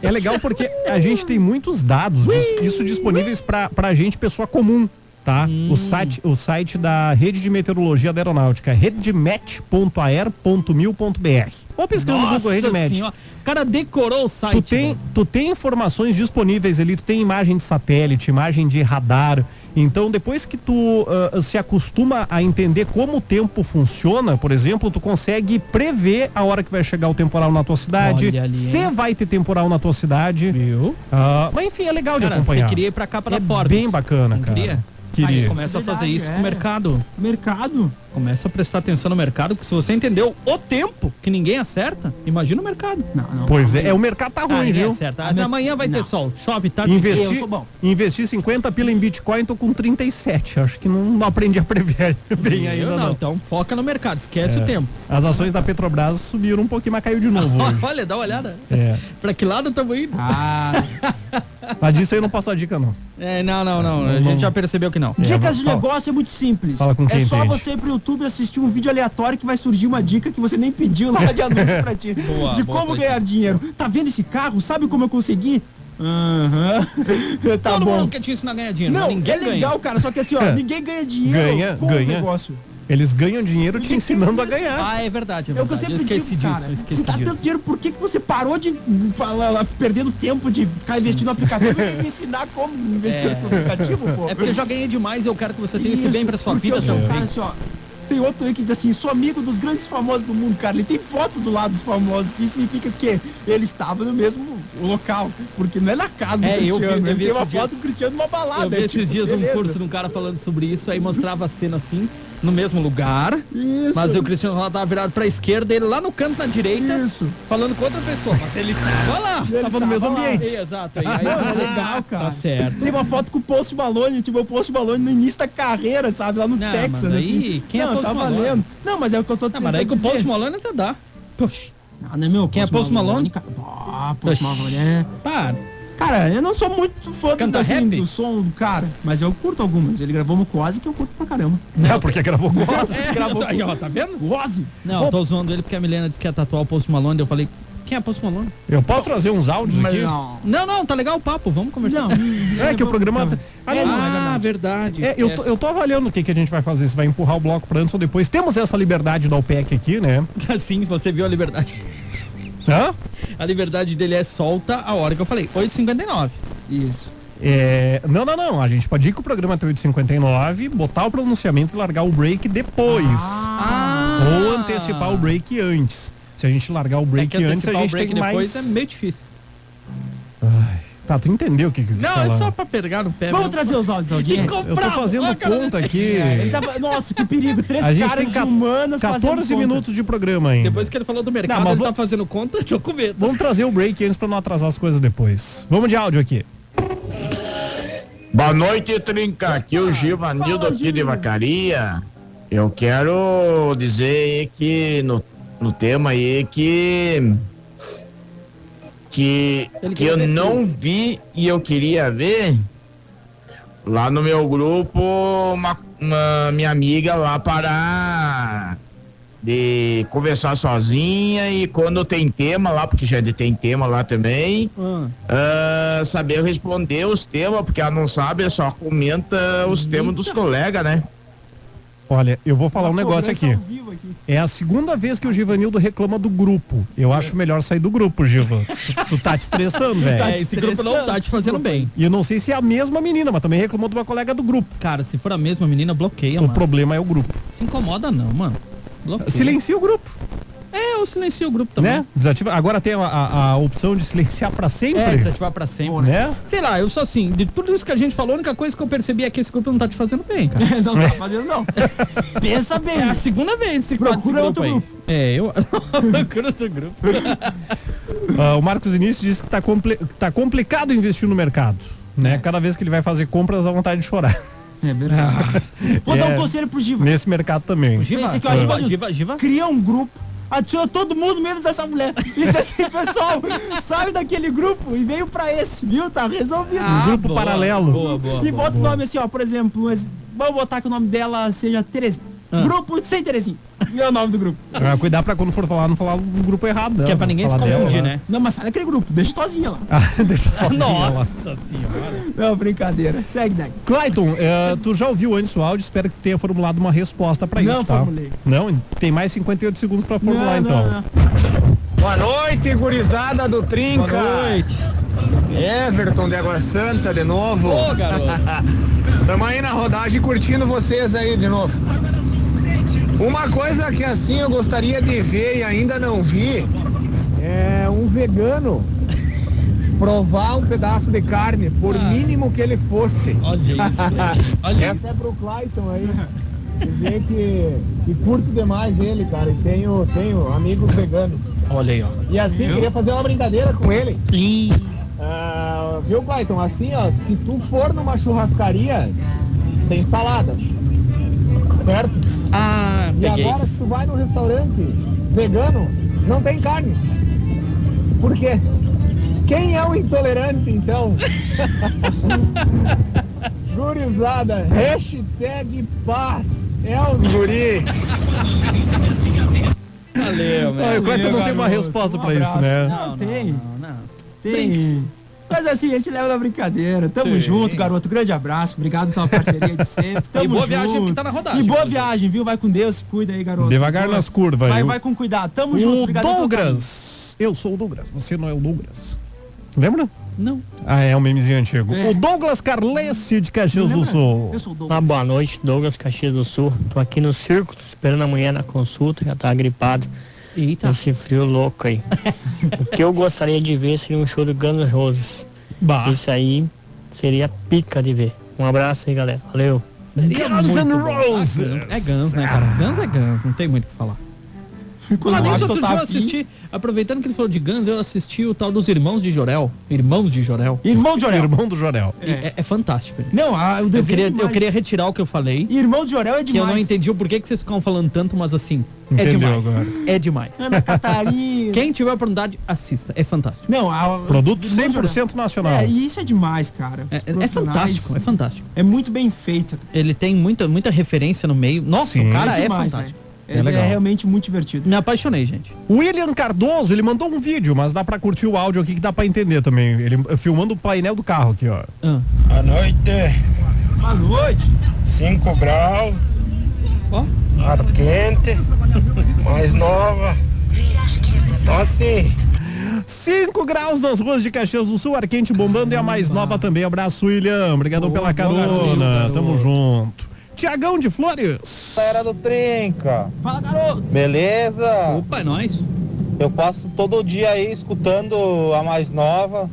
[SPEAKER 4] É legal porque a gente tem muitos dados, dis- isso disponíveis pra, pra gente, pessoa comum, tá?
[SPEAKER 5] Hum.
[SPEAKER 4] O, site, o site da Rede de Meteorologia da Aeronáutica, redmet.aer.mil.br. Ou pesquisa no Google Redmet.
[SPEAKER 5] Senhora, O cara decorou o site.
[SPEAKER 4] Tu tem,
[SPEAKER 5] velho.
[SPEAKER 4] tu tem informações disponíveis ali, tu tem imagem de satélite, imagem de radar. Então, depois que tu ah, se acostuma a entender como o tempo funciona, por exemplo, tu consegue prever a hora que vai chegar o temporal na tua cidade,
[SPEAKER 5] Olha ali,
[SPEAKER 4] se
[SPEAKER 5] hein?
[SPEAKER 4] vai ter temporal na tua cidade.
[SPEAKER 5] Viu?
[SPEAKER 4] Ah, mas enfim, é legal de
[SPEAKER 5] Cara, você
[SPEAKER 4] acompanhar.
[SPEAKER 5] queria ir pra cá pra
[SPEAKER 4] É
[SPEAKER 5] fora.
[SPEAKER 4] bem bacana, cara.
[SPEAKER 5] Queria?
[SPEAKER 4] Queria.
[SPEAKER 5] Aí começa a fazer
[SPEAKER 6] Verdade,
[SPEAKER 5] isso com
[SPEAKER 6] é.
[SPEAKER 5] o mercado.
[SPEAKER 6] Mercado.
[SPEAKER 5] Começa a prestar atenção no mercado, porque se você entendeu o tempo que ninguém acerta, imagina o mercado.
[SPEAKER 6] Não, não.
[SPEAKER 4] Pois é, é, o mercado tá ruim,
[SPEAKER 5] Ah, ninguém
[SPEAKER 4] viu?
[SPEAKER 5] acerta. Mas
[SPEAKER 6] Ah,
[SPEAKER 5] amanhã vai ter
[SPEAKER 6] não.
[SPEAKER 5] sol. Chove tá? tarde.
[SPEAKER 6] Eu
[SPEAKER 4] Investi,
[SPEAKER 6] sou bom.
[SPEAKER 4] investi 50 pila em Bitcoin, tô com 37. Acho que não, não aprendi a prever [LAUGHS] bem
[SPEAKER 5] Eu
[SPEAKER 4] ainda,
[SPEAKER 5] não,
[SPEAKER 4] não.
[SPEAKER 5] Então foca no mercado, esquece
[SPEAKER 6] É.
[SPEAKER 5] o tempo.
[SPEAKER 4] As ações da Petrobras subiram um pouquinho, mas caiu de novo hoje.
[SPEAKER 5] [LAUGHS] Olha, dá uma olhada.
[SPEAKER 4] É.
[SPEAKER 5] [LAUGHS] Pra que lado estamos indo?
[SPEAKER 6] Ah.
[SPEAKER 4] Mas disso aí não passa dica, não.
[SPEAKER 5] É, não, não, não. A gente já percebeu que não.
[SPEAKER 6] Dicas de
[SPEAKER 4] fala.
[SPEAKER 6] negócio é muito simples.
[SPEAKER 4] Fala com quem
[SPEAKER 6] é só
[SPEAKER 4] entende.
[SPEAKER 6] você ir pro YouTube assistir um vídeo aleatório que vai surgir uma dica que você nem pediu lá de anúncio pra
[SPEAKER 5] [LAUGHS]
[SPEAKER 6] ti.
[SPEAKER 5] Boa,
[SPEAKER 6] de
[SPEAKER 5] boa,
[SPEAKER 6] como
[SPEAKER 5] Cleitinho.
[SPEAKER 6] ganhar dinheiro. Tá vendo esse carro? Sabe como eu consegui? Aham. [LAUGHS] tá
[SPEAKER 5] Todo
[SPEAKER 6] bom.
[SPEAKER 5] mundo quer te ensinar a ganhar dinheiro.
[SPEAKER 6] Não,
[SPEAKER 5] mas ninguém
[SPEAKER 6] é legal,
[SPEAKER 5] ganha.
[SPEAKER 6] cara. Só que assim, ó, ninguém ganha dinheiro
[SPEAKER 4] É. Ganha,
[SPEAKER 6] com
[SPEAKER 4] ganha.
[SPEAKER 6] o negócio.
[SPEAKER 4] Eles ganham dinheiro te ensinando a ganhar.
[SPEAKER 5] Ah, é verdade. É
[SPEAKER 6] É o que eu
[SPEAKER 5] verdade.
[SPEAKER 6] sempre
[SPEAKER 5] esqueci
[SPEAKER 6] digo,
[SPEAKER 5] disso.
[SPEAKER 6] cara.
[SPEAKER 5] Eu esqueci
[SPEAKER 6] Se tá
[SPEAKER 5] disso.
[SPEAKER 6] tanto dinheiro, por que, que você parou de falar, lá, perdendo tempo de ficar investindo no aplicativo e me ensinar como investir no aplicativo, pô?
[SPEAKER 5] É porque eu já ganhei demais e eu quero que você tenha esse
[SPEAKER 6] Isso,
[SPEAKER 5] bem pra sua
[SPEAKER 6] porque
[SPEAKER 5] vida
[SPEAKER 6] eu sou um cara
[SPEAKER 5] também.
[SPEAKER 6] assim, ó, Tem outro aí que diz assim, sou amigo dos grandes famosos do mundo, cara. Ele tem foto do lado dos famosos. Isso significa que ele estava no mesmo local. Porque não é na casa do
[SPEAKER 5] É, eu vi-
[SPEAKER 6] Cristiano.
[SPEAKER 5] eu vi
[SPEAKER 6] tem uma
[SPEAKER 5] esses
[SPEAKER 6] foto
[SPEAKER 5] dias.
[SPEAKER 6] do Cristiano numa balada.
[SPEAKER 5] Eu vi
[SPEAKER 6] é
[SPEAKER 5] esses
[SPEAKER 6] tipo,
[SPEAKER 5] dias um
[SPEAKER 6] beleza.
[SPEAKER 5] curso de um cara falando sobre isso, aí mostrava a cena assim, no mesmo lugar,
[SPEAKER 6] Isso.
[SPEAKER 5] mas o Cristiano Ronaldo tava virado pra esquerda, ele lá no canto na direita,
[SPEAKER 6] Isso.
[SPEAKER 5] falando com outra pessoa, mas ele tava lá.
[SPEAKER 6] Ele
[SPEAKER 4] Tava no mesmo
[SPEAKER 6] lá.
[SPEAKER 4] ambiente.
[SPEAKER 5] Exato, aí, aí
[SPEAKER 6] Não, é
[SPEAKER 5] você-
[SPEAKER 6] legal, cara.
[SPEAKER 5] Tá certo.
[SPEAKER 6] Tem uma foto com o Post Malone, tipo, o Post Malone no início da carreira, sabe? Lá no
[SPEAKER 5] Não,
[SPEAKER 6] Texas,
[SPEAKER 5] mas aí,
[SPEAKER 6] assim.
[SPEAKER 5] quem é
[SPEAKER 6] não,
[SPEAKER 5] Post
[SPEAKER 6] tá
[SPEAKER 5] Malone?
[SPEAKER 6] valendo. Não, mas é o que eu tô
[SPEAKER 5] Ah,
[SPEAKER 6] tentando
[SPEAKER 5] mas aí com o
[SPEAKER 6] dizer.
[SPEAKER 5] Post Malone até tá dá. Poxa,
[SPEAKER 6] Ah, não é meu?
[SPEAKER 5] Quem é Post Malone?
[SPEAKER 6] cara. Ah, Post Malone, é...
[SPEAKER 5] para.
[SPEAKER 6] Cara, eu não sou muito fã
[SPEAKER 5] Canta
[SPEAKER 6] assim,
[SPEAKER 5] rap?
[SPEAKER 6] do som do cara, mas eu curto algumas. Ele gravou no quase que eu curto pra caramba.
[SPEAKER 4] Não, né? porque gravou gosta.
[SPEAKER 5] É,
[SPEAKER 6] gravou
[SPEAKER 5] aí, ó, tá vendo?
[SPEAKER 6] Quase?
[SPEAKER 5] Não, eu tô zoando ele porque a Milena disse que ia tatuar o Post Malone, daí eu falei, quem é Post Malone?
[SPEAKER 4] Eu posso trazer uns áudios aqui?
[SPEAKER 6] Não.
[SPEAKER 5] Não, não, tá legal o papo, vamos conversar.
[SPEAKER 6] Não.
[SPEAKER 4] É que o programa. Ah, não, não, é
[SPEAKER 5] Ah,
[SPEAKER 4] verdade.
[SPEAKER 5] verdade.
[SPEAKER 4] É, eu, tô, eu tô avaliando o que, que a gente vai fazer, se vai empurrar o bloco pra antes ou depois. Temos essa liberdade da OPEC aqui, né?
[SPEAKER 5] [LAUGHS] Assim, você viu a liberdade.
[SPEAKER 4] Hã?
[SPEAKER 5] A liberdade dele é solta a hora que eu falei, 8h59.
[SPEAKER 6] Isso.
[SPEAKER 4] É, não, não, não. A gente pode ir com o programa até 8h59, botar o pronunciamento e largar o break depois.
[SPEAKER 5] Ah!
[SPEAKER 4] Ou antecipar o break antes. Se a gente largar o
[SPEAKER 5] É
[SPEAKER 4] break
[SPEAKER 5] que
[SPEAKER 4] antes, a
[SPEAKER 5] antecipar o
[SPEAKER 4] gente
[SPEAKER 5] break
[SPEAKER 4] tem
[SPEAKER 5] depois
[SPEAKER 4] mais.
[SPEAKER 5] é meio difícil.
[SPEAKER 4] Tá, tu entendeu o que, que eu quis
[SPEAKER 5] Não,
[SPEAKER 4] falar.
[SPEAKER 5] é só pra pegar no pé.
[SPEAKER 6] Vamos
[SPEAKER 5] mesmo.
[SPEAKER 6] trazer os áudios da
[SPEAKER 5] Tem
[SPEAKER 6] audiência?
[SPEAKER 4] Eu tô
[SPEAKER 5] comprado,
[SPEAKER 4] fazendo
[SPEAKER 5] ó, cara.
[SPEAKER 4] conta aqui.
[SPEAKER 6] Ele tava- Nossa, que perigo. Três
[SPEAKER 4] A gente
[SPEAKER 6] caras
[SPEAKER 4] tem
[SPEAKER 6] de
[SPEAKER 4] ca-
[SPEAKER 6] humanas fazendo
[SPEAKER 4] 14
[SPEAKER 6] conta.
[SPEAKER 4] minutos de programa ainda.
[SPEAKER 5] Depois que ele falou do mercado,
[SPEAKER 4] Não, mas
[SPEAKER 5] ele tá
[SPEAKER 4] vamos-
[SPEAKER 5] fazendo conta, [LAUGHS] tô com medo.
[SPEAKER 4] Vamos trazer o break antes pra não atrasar as coisas depois. Vamos de áudio aqui.
[SPEAKER 10] Boa noite, Trinca. Aqui é o Givanildo aqui de Vacaria. Eu quero dizer aí que no, no tema aí que que,
[SPEAKER 5] Ele
[SPEAKER 10] que
[SPEAKER 5] queria
[SPEAKER 10] eu
[SPEAKER 5] ver
[SPEAKER 10] não vi e eu queria ver lá no meu grupo uma, uma minha amiga lá parar de conversar sozinha e quando tem tema lá, porque já tem tema lá também, ah, saber responder os temas, porque ela não sabe, só comenta os temas dos colegas, né?
[SPEAKER 4] Olha, eu vou falar um negócio
[SPEAKER 6] Conversa
[SPEAKER 4] aqui.
[SPEAKER 6] ao vivo aqui.
[SPEAKER 4] É a segunda vez que o Givanildo reclama do grupo. Eu acho melhor sair do grupo, Giva. tu, tu tá te estressando,
[SPEAKER 5] É,
[SPEAKER 4] velho.
[SPEAKER 5] esse grupo não tá te fazendo bem.
[SPEAKER 4] E eu não sei se é a mesma menina, mas também reclamou de uma colega do grupo.
[SPEAKER 5] Cara, se for a mesma menina, bloqueia,
[SPEAKER 4] O
[SPEAKER 5] mano.
[SPEAKER 4] problema é o grupo.
[SPEAKER 5] Se incomoda não, mano. Bloqueia.
[SPEAKER 4] Silencia o grupo,
[SPEAKER 5] É, eu silencio o grupo também.
[SPEAKER 4] né? Desativa. Agora tem a, a- a opção de silenciar pra sempre.
[SPEAKER 5] É, desativar pra sempre.
[SPEAKER 4] né?
[SPEAKER 5] Sei lá, eu só assim, de tudo isso que a gente falou, a única coisa que eu percebi é que esse grupo não tá te fazendo bem, cara.
[SPEAKER 6] [LAUGHS] Não
[SPEAKER 4] É.
[SPEAKER 6] tá fazendo, não. Pensa bem.
[SPEAKER 5] É a segunda vez que
[SPEAKER 6] Procura
[SPEAKER 5] faz esse
[SPEAKER 6] outro
[SPEAKER 5] aí.
[SPEAKER 6] grupo.
[SPEAKER 5] É, eu [LAUGHS] procura outro grupo.
[SPEAKER 4] Ah, o Marcos Vinícius disse que tá, compli- que tá complicado investir no mercado. Né? Cada vez que ele vai fazer compras, dá vontade de chorar. [LAUGHS]
[SPEAKER 6] É verdade. Vou dar
[SPEAKER 4] É.
[SPEAKER 6] um conselho pro Giva.
[SPEAKER 4] Nesse mercado também.
[SPEAKER 6] Esse
[SPEAKER 5] Giva,
[SPEAKER 6] aqui, ó,
[SPEAKER 5] Giva,
[SPEAKER 6] Giva-
[SPEAKER 5] Giva, Giva.
[SPEAKER 6] Cria um grupo. Adiciona todo mundo, menos essa mulher. E diz assim, pessoal, sai daquele grupo e veio pra esse, viu? Tá resolvido.
[SPEAKER 5] Ah,
[SPEAKER 4] Um grupo
[SPEAKER 5] boa,
[SPEAKER 4] paralelo.
[SPEAKER 5] Boa, boa.
[SPEAKER 6] e
[SPEAKER 5] boa,
[SPEAKER 6] bota o
[SPEAKER 5] boa.
[SPEAKER 6] nome assim, ó, por exemplo, mas vamos botar que o nome dela seja Terezinha.
[SPEAKER 5] Ah.
[SPEAKER 6] Grupo sem Terezinha. Meu nome do grupo.
[SPEAKER 4] Ah, cuidar pra quando for falar, não falar um grupo errado. né?
[SPEAKER 5] Que é pra ninguém se
[SPEAKER 4] Falar dela,
[SPEAKER 5] confundir, né?
[SPEAKER 6] Não, mas sai daquele grupo, deixa sozinha lá.
[SPEAKER 4] Ah, [LAUGHS] deixa sozinha lá.
[SPEAKER 5] Nossa senhora.
[SPEAKER 6] Não, brincadeira. Segue daí.
[SPEAKER 4] Clayton, eh, tu já ouviu antes o áudio, espero que tu tenha formulado uma resposta pra isso,
[SPEAKER 6] Não
[SPEAKER 4] tá?
[SPEAKER 6] formulei.
[SPEAKER 4] Não, tem mais 58 segundos pra formular,
[SPEAKER 6] Não,
[SPEAKER 4] então.
[SPEAKER 6] não, não.
[SPEAKER 10] Boa noite, gurizada do Trinca.
[SPEAKER 5] Boa noite.
[SPEAKER 10] Everton de Água Santa de novo.
[SPEAKER 5] Ô, garoto.
[SPEAKER 10] Tamo aí na rodagem curtindo vocês aí de novo. Uma coisa que assim eu gostaria de ver e ainda não vi é um vegano provar um pedaço de carne, por mínimo que ele fosse.
[SPEAKER 5] Olha isso, velho. Olha isso.
[SPEAKER 10] Essa é pro Clayton aí. Dizer que, que curto demais ele, cara. E tenho, tenho amigos veganos.
[SPEAKER 5] Olha aí, ó.
[SPEAKER 10] E assim, queria fazer uma brincadeira com ele.
[SPEAKER 5] Ih,
[SPEAKER 10] Ah, viu, Clayton? Assim, ó, se tu for numa churrascaria, tem saladas. Certo?
[SPEAKER 5] Ah,
[SPEAKER 10] E
[SPEAKER 5] peguei.
[SPEAKER 10] agora, se tu vai num restaurante vegano, não tem carne. Por quê? Quem é o
[SPEAKER 5] [LAUGHS]
[SPEAKER 10] intolerante, então? Gurizada, hashtag paz. É os guri.
[SPEAKER 5] Valeu,
[SPEAKER 4] Ah,
[SPEAKER 5] meu.
[SPEAKER 4] o Clayton não tem uma
[SPEAKER 6] garoto,
[SPEAKER 4] resposta
[SPEAKER 6] um
[SPEAKER 4] pra isso,
[SPEAKER 6] abraço.
[SPEAKER 4] né?
[SPEAKER 6] Não, tem.
[SPEAKER 5] Não, não.
[SPEAKER 6] Tem.
[SPEAKER 5] Brinks.
[SPEAKER 6] Mas assim, a gente leva na brincadeira. Tamo
[SPEAKER 5] Sim.
[SPEAKER 6] junto, garoto. Grande abraço. Obrigado pela parceria de sempre. Tamo
[SPEAKER 5] E boa
[SPEAKER 6] junto.
[SPEAKER 5] viagem, porque tá na rodagem,
[SPEAKER 6] E boa
[SPEAKER 5] inclusive.
[SPEAKER 6] viagem, viu? Vai com Deus. se Cuida aí, garoto.
[SPEAKER 4] Devagar nas curvas.
[SPEAKER 6] então é. Vai,
[SPEAKER 4] O-
[SPEAKER 6] vai com cuidado. Tamo junto.
[SPEAKER 4] O
[SPEAKER 6] obrigado pelo
[SPEAKER 4] Douglas. Eu sou o Douglas, você não é o Douglas. Lembra?
[SPEAKER 5] Não.
[SPEAKER 4] Ah, é um memezinho antigo.
[SPEAKER 6] É.
[SPEAKER 4] O Douglas Carlesse de Caxias do
[SPEAKER 6] Lembra?
[SPEAKER 4] Sul.
[SPEAKER 6] Eu sou o
[SPEAKER 5] Tá
[SPEAKER 6] Douglas.
[SPEAKER 11] Olá, Ah, boa noite, Douglas Caxias do Sul. Tô aqui no circo, tô esperando amanhã na consulta, já tá gripado,
[SPEAKER 5] Eita.
[SPEAKER 11] com esse frio Um louco aí. o que eu gostaria de ver seria um show do Guns N' Roses.
[SPEAKER 6] Ah.
[SPEAKER 4] Bah.
[SPEAKER 11] Isso aí seria pica de ver. Um abraço aí, galera. Valeu.
[SPEAKER 5] Seria
[SPEAKER 4] Guns
[SPEAKER 5] muito
[SPEAKER 4] N'
[SPEAKER 5] bom. Ah, Guns
[SPEAKER 4] Roses.
[SPEAKER 5] É Guns, né, cara? Guns é Guns, não tem muito o que falar. Falar
[SPEAKER 6] Quando o
[SPEAKER 5] nisso,
[SPEAKER 6] Robson
[SPEAKER 5] outro
[SPEAKER 6] tá
[SPEAKER 5] dia eu
[SPEAKER 6] afim-
[SPEAKER 5] assisti, aproveitando que ele falou de Guns, eu assisti o tal dos Irmãos de Jorel. Irmãos de Jorel.
[SPEAKER 6] assim, Irmão de Jorel.
[SPEAKER 4] é Irmão do Jorel.
[SPEAKER 5] E É, é fantástico. né?
[SPEAKER 6] Não, ah, o
[SPEAKER 5] Eu
[SPEAKER 6] desenho é
[SPEAKER 5] queria, eu
[SPEAKER 6] demais.
[SPEAKER 5] queria retirar o que eu falei,
[SPEAKER 6] Irmão de Jorel é
[SPEAKER 5] que eu não
[SPEAKER 6] demais.
[SPEAKER 5] entendi o porquê que vocês ficam falando tanto, mas assim, é
[SPEAKER 4] Entendeu
[SPEAKER 5] demais.
[SPEAKER 4] agora.
[SPEAKER 5] É demais.
[SPEAKER 6] Ana Catarina.
[SPEAKER 5] Quem tiver oportunidade, assista. É fantástico.
[SPEAKER 6] Não, a,
[SPEAKER 4] Produto
[SPEAKER 6] Irmão de Jorel.
[SPEAKER 4] 100% nacional.
[SPEAKER 6] É, e isso é demais, cara.
[SPEAKER 5] É,
[SPEAKER 6] Os
[SPEAKER 5] é
[SPEAKER 6] profissionais-
[SPEAKER 5] fantástico, é fantástico.
[SPEAKER 6] É muito bem feito.
[SPEAKER 5] Ele tem muita, muita referência no meio. Nossa,
[SPEAKER 4] Sim.
[SPEAKER 5] o cara é,
[SPEAKER 6] demais,
[SPEAKER 5] fantástico.
[SPEAKER 6] É,
[SPEAKER 4] É
[SPEAKER 6] Ele
[SPEAKER 4] legal.
[SPEAKER 6] é realmente muito
[SPEAKER 12] né?
[SPEAKER 6] divertido.
[SPEAKER 5] Me apaixonei, gente.
[SPEAKER 4] William Cardoso, ele mandou um vídeo, mas dá pra curtir o áudio aqui que dá pra entender também. Ele eh, filmando o painel do carro aqui, ó.
[SPEAKER 5] Ah.
[SPEAKER 10] Boa noite.
[SPEAKER 6] Boa noite.
[SPEAKER 10] 5 graus. Ar quente. Mais nova. Só assim.
[SPEAKER 4] 5 graus nas ruas de Caxias do Sul, ar quente bombando e a mais nova também. Abraço, William. Obrigadão pela carona. Tamo junto. Tiagão de Flores.
[SPEAKER 10] Galera do Trinca.
[SPEAKER 6] Fala, garoto.
[SPEAKER 4] Ah.
[SPEAKER 10] Beleza?
[SPEAKER 5] Opa, é nóis.
[SPEAKER 10] Eu passo todo dia aí escutando a mais nova.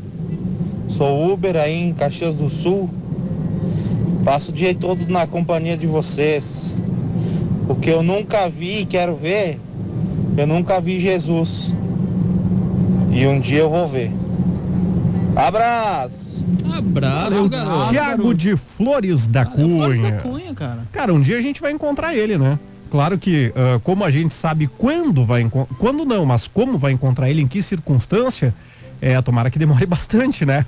[SPEAKER 10] Sou Uber aí em Caxias do Sul. Passo o dia todo na companhia de vocês. O que eu nunca vi e quero ver, eu nunca vi Jesus. E um dia eu vou ver. Abraço!
[SPEAKER 5] Abraço, garoto.
[SPEAKER 4] Tiago de Flores da
[SPEAKER 5] Valeu, Flores da
[SPEAKER 4] Cunha.
[SPEAKER 5] Cunha, cara.
[SPEAKER 4] Cara, um dia a gente vai encontrar ele, né? Claro que, ah, como a gente sabe quando vai encontrar. Quando não, mas como vai encontrar ele, em que circunstância, É, tomara que demore [LAUGHS] bastante,
[SPEAKER 5] [LAUGHS]
[SPEAKER 4] né?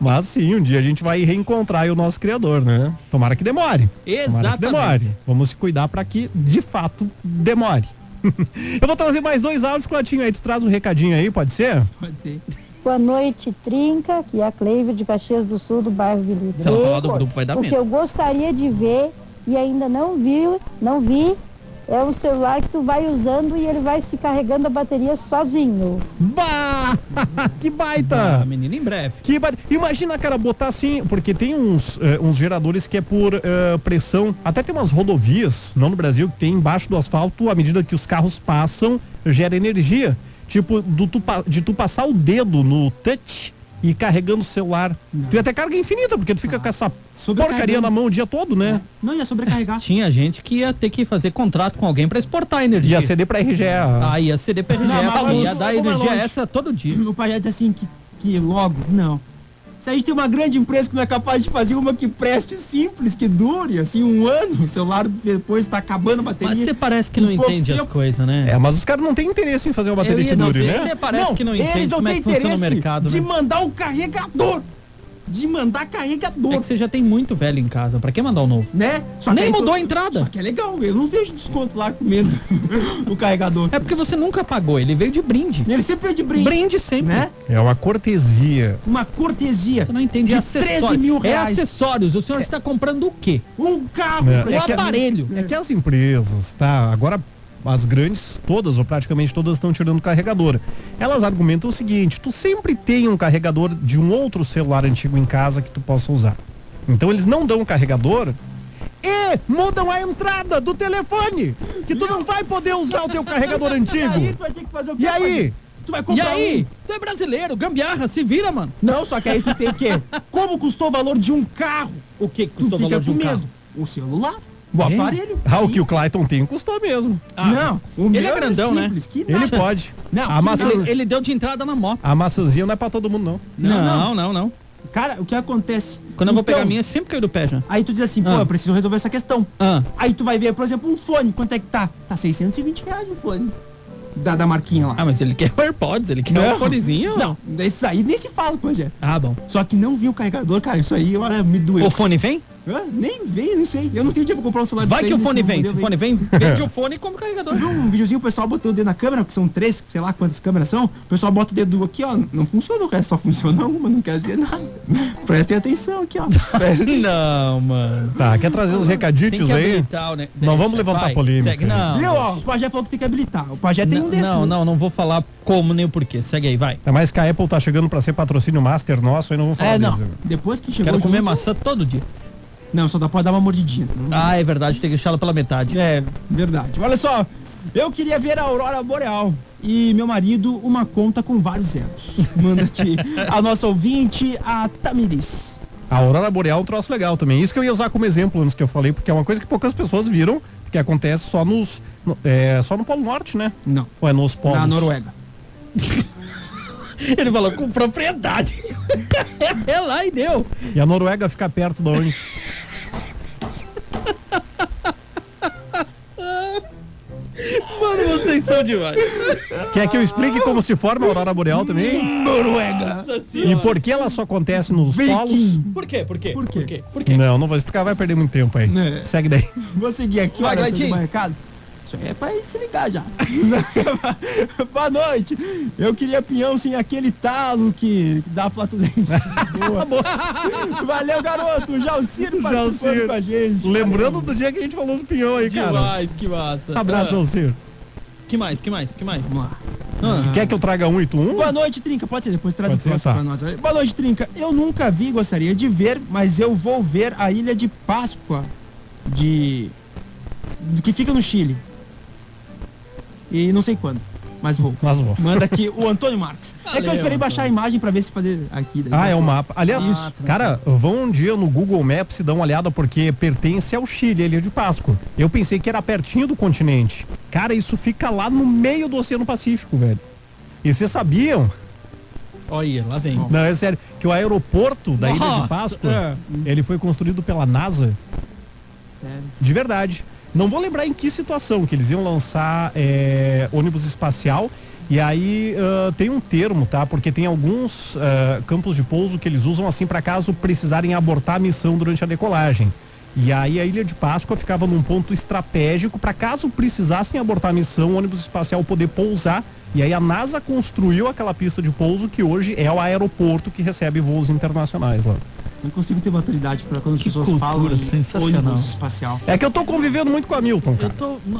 [SPEAKER 4] Mas sim, um dia a gente vai reencontrar aí o nosso criador, né? Tomara que demore. Tomara que
[SPEAKER 5] Exatamente.
[SPEAKER 4] demore. Vamos se cuidar para que, de fato, demore. [LAUGHS] Eu vou trazer mais dois áudios, Clatinho, aí tu traz um recadinho aí, pode ser?
[SPEAKER 6] Pode ser.
[SPEAKER 12] Boa noite, Trinca, que é a Cleive de Caxias do Sul, do bairro Vila
[SPEAKER 5] Se ela falar do grupo, vai dar
[SPEAKER 12] O
[SPEAKER 5] medo.
[SPEAKER 12] que eu gostaria de ver e ainda não vi, não vi, é o celular que tu vai usando e ele vai se carregando a bateria sozinho.
[SPEAKER 4] Bah! [LAUGHS] Que baita!
[SPEAKER 5] Ah, menina, em breve.
[SPEAKER 4] Que ba- Imagina, cara, botar assim, porque tem uns, eh, uns geradores que é por eh, pressão. Até tem umas rodovias, não no Brasil, que tem embaixo do asfalto, à medida que os carros passam, gera energia. Tipo, do tu pa- de tu passar o dedo no touch e carregando o celular. Tu ia ter carga infinita, porque tu fica com essa porcaria na mão o dia todo, né?
[SPEAKER 6] Não ia sobrecarregar.
[SPEAKER 5] Tinha gente que ia ter que fazer contrato com alguém pra exportar energia.
[SPEAKER 4] Ia ceder pra RGE.
[SPEAKER 5] Ah, ia ceder pra RGE,
[SPEAKER 6] mas
[SPEAKER 5] porque ia
[SPEAKER 6] isso
[SPEAKER 5] dar
[SPEAKER 6] é como é
[SPEAKER 5] energia
[SPEAKER 6] longe.
[SPEAKER 5] extra todo dia.
[SPEAKER 6] O pajé diz assim que, que logo, não. Se a gente tem uma grande empresa que não é capaz de fazer uma que preste simples, que dure, assim, um ano, o celular depois tá acabando a bateria.
[SPEAKER 5] Mas você parece
[SPEAKER 4] um
[SPEAKER 5] que não
[SPEAKER 6] Em pouco
[SPEAKER 5] entende as
[SPEAKER 6] tempo-
[SPEAKER 5] coisas, né?
[SPEAKER 4] É, mas os caras não têm interesse em fazer uma bateria que dure, né?
[SPEAKER 5] Você parece que não entende
[SPEAKER 6] eles não
[SPEAKER 5] como é
[SPEAKER 6] têm
[SPEAKER 5] que funciona
[SPEAKER 6] interesse
[SPEAKER 5] o mercado,
[SPEAKER 6] de
[SPEAKER 5] né?
[SPEAKER 6] mandar o carregador. De mandar carregador,
[SPEAKER 5] É que você já tem muito velho em casa, pra que mandar o novo?
[SPEAKER 6] né?
[SPEAKER 5] Nem
[SPEAKER 6] aí
[SPEAKER 5] mudou
[SPEAKER 6] tu-
[SPEAKER 5] a entrada.
[SPEAKER 6] Só que é legal, eu não vejo desconto lá comendo [LAUGHS] o carregador.
[SPEAKER 5] É porque você nunca pagou, ele veio de brinde.
[SPEAKER 6] E Ele sempre é de brinde,
[SPEAKER 5] Brinde sempre.
[SPEAKER 6] né?
[SPEAKER 4] É uma cortesia.
[SPEAKER 6] Uma cortesia.
[SPEAKER 5] Você não entende
[SPEAKER 6] De
[SPEAKER 5] é
[SPEAKER 6] 13
[SPEAKER 5] acessório.
[SPEAKER 6] mil
[SPEAKER 5] É
[SPEAKER 6] reais.
[SPEAKER 5] acessórios. O senhor está comprando o quê?
[SPEAKER 6] Um carro,
[SPEAKER 4] É.
[SPEAKER 6] pra
[SPEAKER 5] Um
[SPEAKER 6] ele.
[SPEAKER 5] aparelho.
[SPEAKER 4] É que as empresas, tá? Agora as grandes, todas ou praticamente todas estão tirando carregador. Elas argumentam o seguinte: tu sempre tem um carregador de um outro celular antigo em casa que tu possa usar. Então eles não dão o carregador e mudam a entrada do telefone, que tu não vai poder usar o teu carregador
[SPEAKER 6] Aí
[SPEAKER 4] antigo.
[SPEAKER 6] tu vai ter que fazer o
[SPEAKER 4] E aí?
[SPEAKER 6] Fabinho? Tu vai
[SPEAKER 5] E
[SPEAKER 6] comprar
[SPEAKER 5] um aí?
[SPEAKER 6] um.
[SPEAKER 5] Tu é brasileiro, gambiarra, se vira, mano.
[SPEAKER 6] Não, só que aí tu tem o quê? Como custou o valor de um carro?
[SPEAKER 5] O que
[SPEAKER 6] Tu
[SPEAKER 5] custou o
[SPEAKER 6] fica
[SPEAKER 5] valor de
[SPEAKER 6] com
[SPEAKER 5] um
[SPEAKER 6] medo.
[SPEAKER 5] carro?
[SPEAKER 6] O celular, o
[SPEAKER 5] É?
[SPEAKER 6] aparelho.
[SPEAKER 4] Ah, o
[SPEAKER 6] Sim.
[SPEAKER 4] que o Clayton tem custou mesmo.
[SPEAKER 5] Ah,
[SPEAKER 6] Não, o
[SPEAKER 5] ele
[SPEAKER 6] meu
[SPEAKER 5] é grandão, né?
[SPEAKER 6] simples, que
[SPEAKER 4] Ele
[SPEAKER 6] nada.
[SPEAKER 4] pode.
[SPEAKER 6] Não,
[SPEAKER 4] a,
[SPEAKER 6] que
[SPEAKER 4] maçã,
[SPEAKER 5] Ele, ele deu de entrada na moto.
[SPEAKER 4] a maçãzinha não é pra todo mundo, não.
[SPEAKER 6] Não,
[SPEAKER 5] não,
[SPEAKER 6] não.
[SPEAKER 5] não. não.
[SPEAKER 6] Cara, o que acontece?
[SPEAKER 5] Quando eu vou
[SPEAKER 6] Então,
[SPEAKER 5] pegar a minha, sempre caiu do pé já.
[SPEAKER 6] Aí tu diz assim, pô,
[SPEAKER 5] Ah.
[SPEAKER 6] eu preciso resolver essa questão.
[SPEAKER 5] Ah,
[SPEAKER 6] Aí tu vai ver, por exemplo, um fone, quanto é que tá? Tá 620 reais o fone. Da, da marquinha lá.
[SPEAKER 5] ah mas ele quer o AirPods, ele quer
[SPEAKER 6] Não.
[SPEAKER 5] o É um fonezinho.
[SPEAKER 6] Não, isso aí nem se fala, pô, Jé.
[SPEAKER 5] Ah, bom.
[SPEAKER 6] Só que não vi o carregador, cara, isso aí, olha, me doeu.
[SPEAKER 5] O fone vem?
[SPEAKER 6] Hã? Nem veio, não sei. Eu não tenho dinheiro pra comprar um celular
[SPEAKER 5] Vai
[SPEAKER 6] disso
[SPEAKER 5] que o
[SPEAKER 6] aí,
[SPEAKER 5] fone
[SPEAKER 6] senão
[SPEAKER 5] vem. Se
[SPEAKER 6] eu
[SPEAKER 5] o
[SPEAKER 6] vou
[SPEAKER 5] fone
[SPEAKER 6] ver.
[SPEAKER 5] vem, vende o fone e compra o
[SPEAKER 6] [LAUGHS]
[SPEAKER 5] carregador.
[SPEAKER 6] Viu um videozinho, o pessoal botou o dedo na câmera, que são três, sei lá quantas câmeras são. O pessoal bota o dedo aqui, ó. Não funciona o resto, só funciona uma, não quer
[SPEAKER 5] [LAUGHS]
[SPEAKER 6] dizer nada. Prestem atenção aqui, ó. Prestem-
[SPEAKER 5] Não, mano.
[SPEAKER 4] Tá, quer trazer os
[SPEAKER 5] Tem
[SPEAKER 4] recadinhos
[SPEAKER 5] que
[SPEAKER 4] aí?
[SPEAKER 5] habilitar o ne-
[SPEAKER 4] Não vamos
[SPEAKER 5] né? Deixa,
[SPEAKER 4] levantar
[SPEAKER 5] vai,
[SPEAKER 4] polêmica.
[SPEAKER 5] segue. Não.
[SPEAKER 6] Viu, ó? O pajé falou que tem que habilitar. O pajé tem um
[SPEAKER 5] não,
[SPEAKER 6] desses.
[SPEAKER 5] não,
[SPEAKER 6] né?
[SPEAKER 5] não, não vou falar como nem o porquê. Segue aí, vai.
[SPEAKER 4] Ainda mais que a Apple tá chegando pra ser patrocínio master nosso, aí não vou falar
[SPEAKER 6] É, não.
[SPEAKER 4] deles né? agora.
[SPEAKER 6] Depois que chegou.
[SPEAKER 5] Quero comer
[SPEAKER 6] junto-
[SPEAKER 5] maçã todo dia.
[SPEAKER 6] Não, só dá pra dar uma mordidinha. Não-
[SPEAKER 5] Ah, é verdade, tem que deixá-la pela
[SPEAKER 6] [LAUGHS]
[SPEAKER 5] metade.
[SPEAKER 6] É, verdade. Olha só, eu queria ver a Aurora Boreal. E meu marido, uma conta com vários
[SPEAKER 5] [LAUGHS]
[SPEAKER 6] zeros. Manda aqui a nossa ouvinte, a Tamiris.
[SPEAKER 4] A aurora boreal é um troço legal também. Isso que eu ia usar como exemplo antes que eu falei, porque é uma coisa que poucas pessoas viram, que acontece só nos no, é, só no Polo Norte, né?
[SPEAKER 6] Não,
[SPEAKER 4] Ou é nos polos?
[SPEAKER 6] na Noruega.
[SPEAKER 5] Ele falou com propriedade. [LAUGHS] é lá e deu.
[SPEAKER 4] E a Noruega fica perto de onde?
[SPEAKER 5] Mano, vocês são demais.
[SPEAKER 4] Quer que eu explique como se forma a aurora boreal também?
[SPEAKER 6] Noruega!
[SPEAKER 5] Nossa
[SPEAKER 4] E
[SPEAKER 5] senhora.
[SPEAKER 4] por que ela só acontece nos polos?
[SPEAKER 5] assim, Por quê? Por quê? Por
[SPEAKER 6] quê?
[SPEAKER 5] Por quê?
[SPEAKER 4] Não, não vou explicar, vai perder muito tempo aí.
[SPEAKER 6] É.
[SPEAKER 4] Segue daí. Um
[SPEAKER 6] Vou seguir aqui,
[SPEAKER 5] Vai,
[SPEAKER 6] olha, tem
[SPEAKER 5] Gladinho.
[SPEAKER 6] um recado. Isso aí é pra ele se ligar já. [LAUGHS] Boa noite. Eu queria pinhão sem aquele talo que
[SPEAKER 4] [LAUGHS]
[SPEAKER 6] dá flatulência. Boa. Valeu, garoto. Já o Ciro participando
[SPEAKER 4] Jalcir.
[SPEAKER 6] com a gente.
[SPEAKER 4] Lembrando do dia que a gente falou do pinhão aí, cara.
[SPEAKER 5] Demais, que massa.
[SPEAKER 4] Abraço,
[SPEAKER 5] Ah,
[SPEAKER 4] Jalcir.
[SPEAKER 5] que mais, que mais, que mais?
[SPEAKER 6] Vamos lá.
[SPEAKER 4] Quer que eu traga um e tu um?
[SPEAKER 6] Ah. Boa noite, Trinca. Pode ser, depois traz
[SPEAKER 4] Pode
[SPEAKER 6] o
[SPEAKER 4] ser,
[SPEAKER 6] próximo
[SPEAKER 4] tá.
[SPEAKER 6] pra nós. Boa noite, Trinca. Eu nunca vi, gostaria de ver, mas eu vou ver a Ilha de Páscoa de... que fica no Chile. E não sei quando, mas vou.
[SPEAKER 4] Mas vou.
[SPEAKER 6] Manda aqui o Antônio Marques. É que eu
[SPEAKER 5] Valeu,
[SPEAKER 6] esperei baixar a
[SPEAKER 5] Antônio.
[SPEAKER 6] imagem pra ver se fazer aqui. daí.
[SPEAKER 4] Ah, é o
[SPEAKER 5] Uhum.
[SPEAKER 4] mapa. Aliás,
[SPEAKER 6] Isso.
[SPEAKER 5] tá.
[SPEAKER 4] cara, vão um dia no Google Maps e dão uma olhada porque pertence ao Chile, a Ilha de Páscoa. Eu pensei que era pertinho do continente. Cara, isso fica lá no meio do Oceano Pacífico, velho. E vocês sabiam?
[SPEAKER 5] Ah, Olha, lá vem.
[SPEAKER 4] Não, é sério, que o aeroporto da Ilha de
[SPEAKER 5] Nossa,
[SPEAKER 4] Páscoa,
[SPEAKER 5] é.
[SPEAKER 4] ele foi construído pela NASA,
[SPEAKER 6] Sério.
[SPEAKER 4] de verdade. Não vou lembrar em que situação que eles iam lançar é, ônibus espacial E aí ah, tem um termo, tá? Porque tem alguns ah, campos de pouso que eles usam assim para caso precisarem abortar a missão durante a decolagem. E aí a Ilha de Páscoa ficava num ponto estratégico para caso precisassem abortar a missão, o ônibus espacial poder pousar. E aí a NASA construiu aquela pista de pouso que hoje é o aeroporto que recebe voos internacionais lá.
[SPEAKER 6] Não consigo ter maturidade para quando as pessoas
[SPEAKER 4] cultura
[SPEAKER 6] falam em
[SPEAKER 4] sensacional.
[SPEAKER 6] ônibus espacial.
[SPEAKER 4] É que eu tô convivendo muito com a Milton, cara.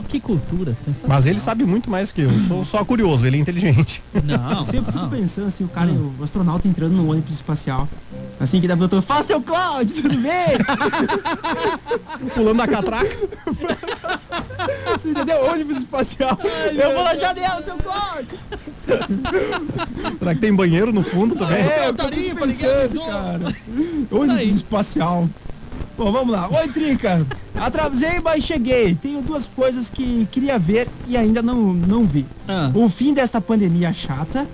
[SPEAKER 5] Que cultura sensacional.
[SPEAKER 4] Mas ele sabe muito mais que eu. Eu Sou só curioso, ele é inteligente. [LAUGHS]
[SPEAKER 6] [LAUGHS] Eu sempre fico pensando assim, o cara, o astronauta entrando no ônibus espacial. Assim que dá pra eu tô, fala seu Cláudio, tudo [LAUGHS] bem?
[SPEAKER 4] Pulando a catraca.
[SPEAKER 6] Entendeu? Ônibus espacial.
[SPEAKER 9] Ai,
[SPEAKER 6] eu
[SPEAKER 9] meu
[SPEAKER 6] vou na
[SPEAKER 9] Deus.
[SPEAKER 6] janela, seu Cláudio.
[SPEAKER 4] Será que tem banheiro no fundo também?
[SPEAKER 6] É, eu tô pensando, cara. Ônibus espacial. Bom, vamos lá. Oi, Trinca. Atravessei, mas cheguei. Tenho duas coisas que queria ver e ainda não, não vi.
[SPEAKER 4] Ah.
[SPEAKER 5] Ah,
[SPEAKER 6] O fim dessa pandemia chata.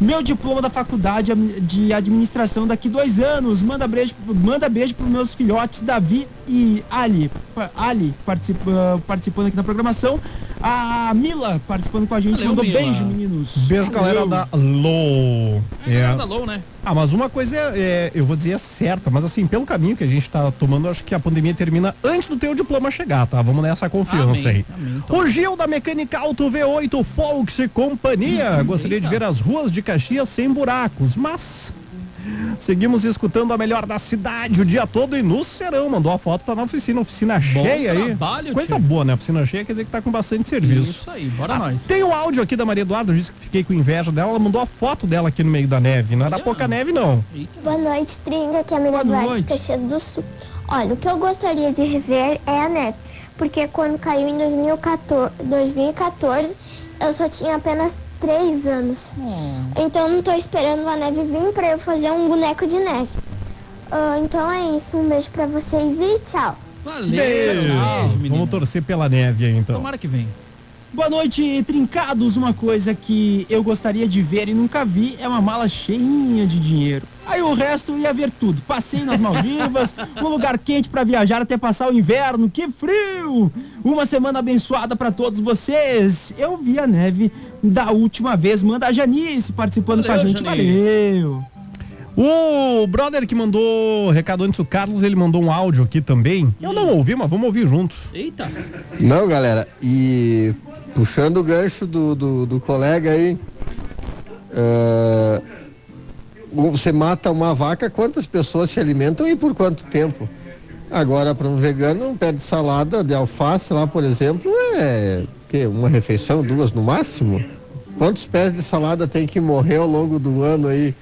[SPEAKER 6] Meu diploma da faculdade de administração daqui dois anos. Manda beijo, manda beijo pros meus filhotes, Davi e Ali. Pa- Ali participa- participando aqui na programação. A Mila participando com a gente.
[SPEAKER 4] Valeu,
[SPEAKER 6] mandou
[SPEAKER 4] Mila.
[SPEAKER 6] beijo, meninos.
[SPEAKER 4] Beijo, galera
[SPEAKER 6] Valeu.
[SPEAKER 4] da LOL.
[SPEAKER 5] Galera da LOL, né?
[SPEAKER 4] Ah, mas uma coisa é, é, eu vou dizer é certa, mas assim, pelo caminho que a gente tá tomando, eu acho que a pandemia termina antes do teu diploma chegar, tá? Vamos nessa confiança
[SPEAKER 5] Amém, então.
[SPEAKER 4] aí. O Gil da Mecânica Auto V8 Folks e
[SPEAKER 5] Uhum,
[SPEAKER 4] Companhia. Gostaria de ver as ruas de Caxias sem buracos, mas seguimos escutando a melhor da cidade o dia todo e no serão. Mandou a foto, tá na oficina, oficina cheia aí.
[SPEAKER 5] trabalho,
[SPEAKER 4] Coisa boa, né? Oficina cheia quer dizer que tá com bastante serviço.
[SPEAKER 5] Isso aí, bora nós.
[SPEAKER 4] Tem o áudio aqui da Maria Eduarda, eu disse que fiquei com inveja dela, ela mandou a foto dela aqui no meio da neve. Não era pouca neve, não.
[SPEAKER 13] Boa noite, Tringa, que é a Maria Duarte de Caxias do Sul. Olha, o que eu gostaria de rever é a neve, porque quando caiu em 2014, 2014 eu só tinha apenas 3 anos. Então não tô esperando a neve vir pra eu fazer um boneco de neve. Ah, então é isso, um beijo pra vocês e tchau.
[SPEAKER 4] Beijo. Vamos torcer pela neve aí, então.
[SPEAKER 5] Tomara que venha.
[SPEAKER 6] Boa noite, trincados. Uma coisa que eu gostaria de ver e nunca vi é uma mala cheinha de dinheiro. Aí o resto eu ia ver tudo. Passei nas Maldivas, um lugar quente pra viajar até passar o inverno. Que frio! Uma semana abençoada pra todos vocês. Eu vi a neve da última vez. Manda a Janice participando com a
[SPEAKER 4] Valeu,
[SPEAKER 6] gente.
[SPEAKER 4] Janice.
[SPEAKER 6] Valeu!
[SPEAKER 4] O brother que mandou recado antes, o Carlos, ele mandou um áudio aqui também. Eu não ouvi, mas vamos ouvir juntos.
[SPEAKER 5] Eita. [LAUGHS]
[SPEAKER 14] Não, galera, e puxando o gancho do, do, do colega aí, ah, um, você mata uma vaca, quantas pessoas se alimentam e por quanto tempo? Agora, para um vegano, um pé de salada de alface lá, por exemplo, é que uma refeição, duas no máximo? Quantos pés de salada tem que morrer ao longo do ano aí?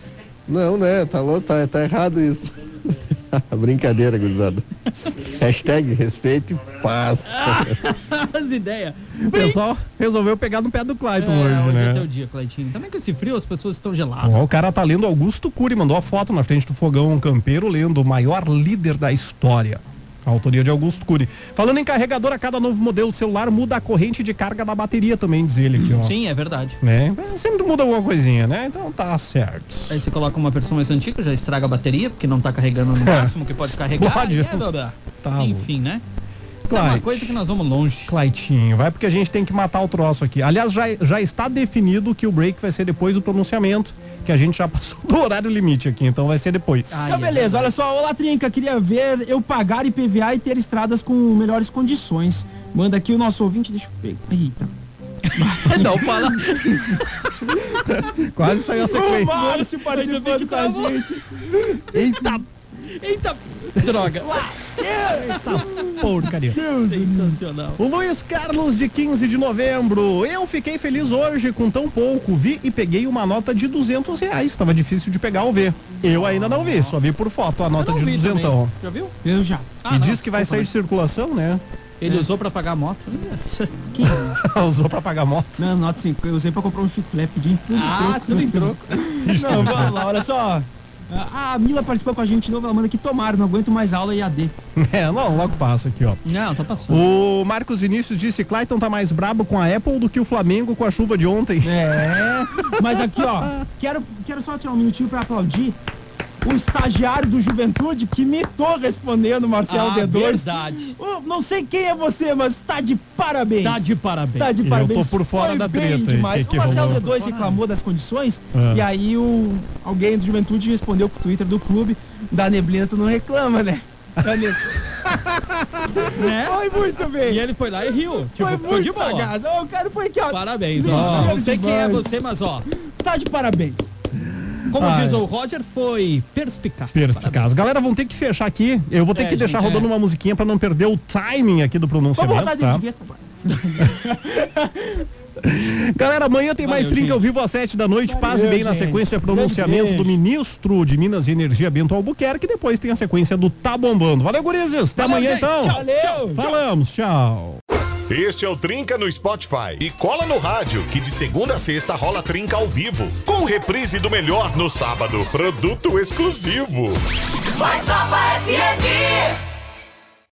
[SPEAKER 14] Não, né? Tá louco, tá, tá errado isso. [LAUGHS] Brincadeira, gurizada. Hashtag respeito e paz.
[SPEAKER 5] As ideias.
[SPEAKER 4] O pessoal resolveu pegar no pé do Clayton hoje,
[SPEAKER 5] hoje
[SPEAKER 4] né?
[SPEAKER 5] é teu dia, Cleitinho. Também com esse frio, as pessoas estão geladas.
[SPEAKER 4] Ó, o cara tá lendo Augusto Cury, mandou a foto na frente do fogão um campeiro, lendo o maior líder da história. A autoria de Augusto Cury. Falando em carregador, a cada novo modelo de celular muda a corrente de carga da bateria também, diz ele aqui, ó.
[SPEAKER 5] Sim, é verdade.
[SPEAKER 4] Né? É, Sempre muda alguma coisinha, né? Então tá certo.
[SPEAKER 5] Aí você coloca uma versão mais antiga, já estraga a bateria, porque não tá carregando no máximo que pode carregar.
[SPEAKER 4] Pode.
[SPEAKER 5] e é, blá, blá.
[SPEAKER 4] Tá
[SPEAKER 5] Enfim, né? Isso é uma
[SPEAKER 4] Clyde.
[SPEAKER 5] coisa que nós vamos
[SPEAKER 4] [LAUGHS]
[SPEAKER 5] longe.
[SPEAKER 4] Claitinho, vai porque a gente tem que matar o troço aqui. Aliás, já, já está definido que o break vai ser depois do pronunciamento, que a gente já [LAUGHS] passou do horário limite aqui, então vai ser depois.
[SPEAKER 6] então, beleza, olha só, olá Trinca, queria ver eu pagar IPVA e ter estradas com melhores condições. Manda aqui o nosso ouvinte, deixa eu pegar. Eita.
[SPEAKER 5] Não, fala.
[SPEAKER 4] Quase saiu [LAUGHS] a sequência.
[SPEAKER 6] O Márcio participando com a gente.
[SPEAKER 4] Eita!
[SPEAKER 5] Eita! Droga!
[SPEAKER 4] Eita porcaria.
[SPEAKER 5] Sensacional.
[SPEAKER 4] O Luiz Carlos, de 15 de novembro. Eu fiquei feliz hoje com tão pouco. Vi e peguei uma nota de 200 reais. Tava difícil de pegar ou ver. Eu ainda não vi, só vi por foto a nota
[SPEAKER 5] Eu
[SPEAKER 4] Tá de
[SPEAKER 5] vi também.
[SPEAKER 4] 200.
[SPEAKER 5] Já viu?
[SPEAKER 6] Eu já.
[SPEAKER 5] Ah,
[SPEAKER 4] e
[SPEAKER 5] não,
[SPEAKER 4] diz que vai sair
[SPEAKER 5] desculpa,
[SPEAKER 4] de circulação, né? [LAUGHS]
[SPEAKER 5] Ele
[SPEAKER 4] É.
[SPEAKER 5] usou pra pagar a moto.
[SPEAKER 4] Usou pra pagar moto?
[SPEAKER 6] Não, nota 5. Eu usei pra comprar um chiclete, pedi em tudo.
[SPEAKER 5] Ah, tudo em troco.
[SPEAKER 6] Não, vamos lá, olha só. Ah, A Mila participou com a gente de novo, ela manda que tomaram, não aguento mais aula e AD.
[SPEAKER 4] É, não, logo passa aqui, ó.
[SPEAKER 5] Não, tá passando.
[SPEAKER 6] Hum.
[SPEAKER 4] O Marcos Vinícius disse: Clayton tá mais brabo com a Apple do que o Flamengo com a chuva de ontem.
[SPEAKER 5] Ah.
[SPEAKER 6] É, mas aqui, ó, quero, quero só tirar um minutinho pra aplaudir o estagiário do Juventude que mitou respondendo Marcelo
[SPEAKER 5] Ah,
[SPEAKER 6] D2.
[SPEAKER 5] verdade.
[SPEAKER 6] Oh, não sei quem é você, mas tá de parabéns.
[SPEAKER 5] Tá de parabéns.
[SPEAKER 6] Tá de
[SPEAKER 5] Eu
[SPEAKER 6] parabéns.
[SPEAKER 5] tô por fora
[SPEAKER 6] Foi
[SPEAKER 5] da
[SPEAKER 6] bem
[SPEAKER 5] treta aí,
[SPEAKER 6] demais.
[SPEAKER 5] que- que
[SPEAKER 6] o Marcelo
[SPEAKER 5] rolou.
[SPEAKER 6] D2 reclamou das condições
[SPEAKER 5] Ah.
[SPEAKER 6] e aí o, alguém do Juventude respondeu pro Twitter do clube, da neblina tu não reclama, né? Da
[SPEAKER 5] [LAUGHS]
[SPEAKER 6] ne- Foi muito bem.
[SPEAKER 5] Né? E ele foi lá e riu. Tipo,
[SPEAKER 6] foi
[SPEAKER 5] ficou
[SPEAKER 6] muito
[SPEAKER 5] de boa.
[SPEAKER 6] sagaz. Ó, o cara foi aqui, ó.
[SPEAKER 5] Parabéns, ó.
[SPEAKER 6] ligeiro
[SPEAKER 5] Não sei quem é
[SPEAKER 6] demais.
[SPEAKER 5] você, mas ó.
[SPEAKER 6] Tá de parabéns.
[SPEAKER 5] Como
[SPEAKER 4] Ai.
[SPEAKER 5] diz o Roger, foi
[SPEAKER 4] [LAUGHS]
[SPEAKER 5] perspicaz.
[SPEAKER 4] Perspicaz. Galera, vão ter que fechar aqui. Eu vou ter
[SPEAKER 5] É,
[SPEAKER 4] que deixar
[SPEAKER 5] gente,
[SPEAKER 4] rodando
[SPEAKER 5] é.
[SPEAKER 4] uma musiquinha pra não perder o timing aqui do
[SPEAKER 6] Vamos
[SPEAKER 4] pronunciamento,
[SPEAKER 6] rodar
[SPEAKER 4] tá?
[SPEAKER 6] de gueto, vai.
[SPEAKER 4] Galera, amanhã tem mais
[SPEAKER 6] Valeu,
[SPEAKER 4] trinca ao
[SPEAKER 6] gente.
[SPEAKER 4] vivo às sete da noite. Paz
[SPEAKER 6] Valeu,
[SPEAKER 4] bem na
[SPEAKER 6] gente.
[SPEAKER 4] sequência pronunciamento
[SPEAKER 6] Grande
[SPEAKER 4] do
[SPEAKER 6] beijo.
[SPEAKER 4] ministro de Minas e Energia Bento Albuquerque. Depois tem a sequência do Tá Bombando. Valeu, gurizes. Até
[SPEAKER 1] Valeu,
[SPEAKER 4] amanhã
[SPEAKER 1] gente.
[SPEAKER 4] então.
[SPEAKER 1] Tchau, tchau, tchau.
[SPEAKER 4] Falamos, tchau.
[SPEAKER 1] Este é o Trinca no Spotify. E cola no rádio, que de segunda a sexta rola Trinca ao vivo. Com reprise do melhor no sábado. Produto exclusivo.
[SPEAKER 9] Vai Sapa FM!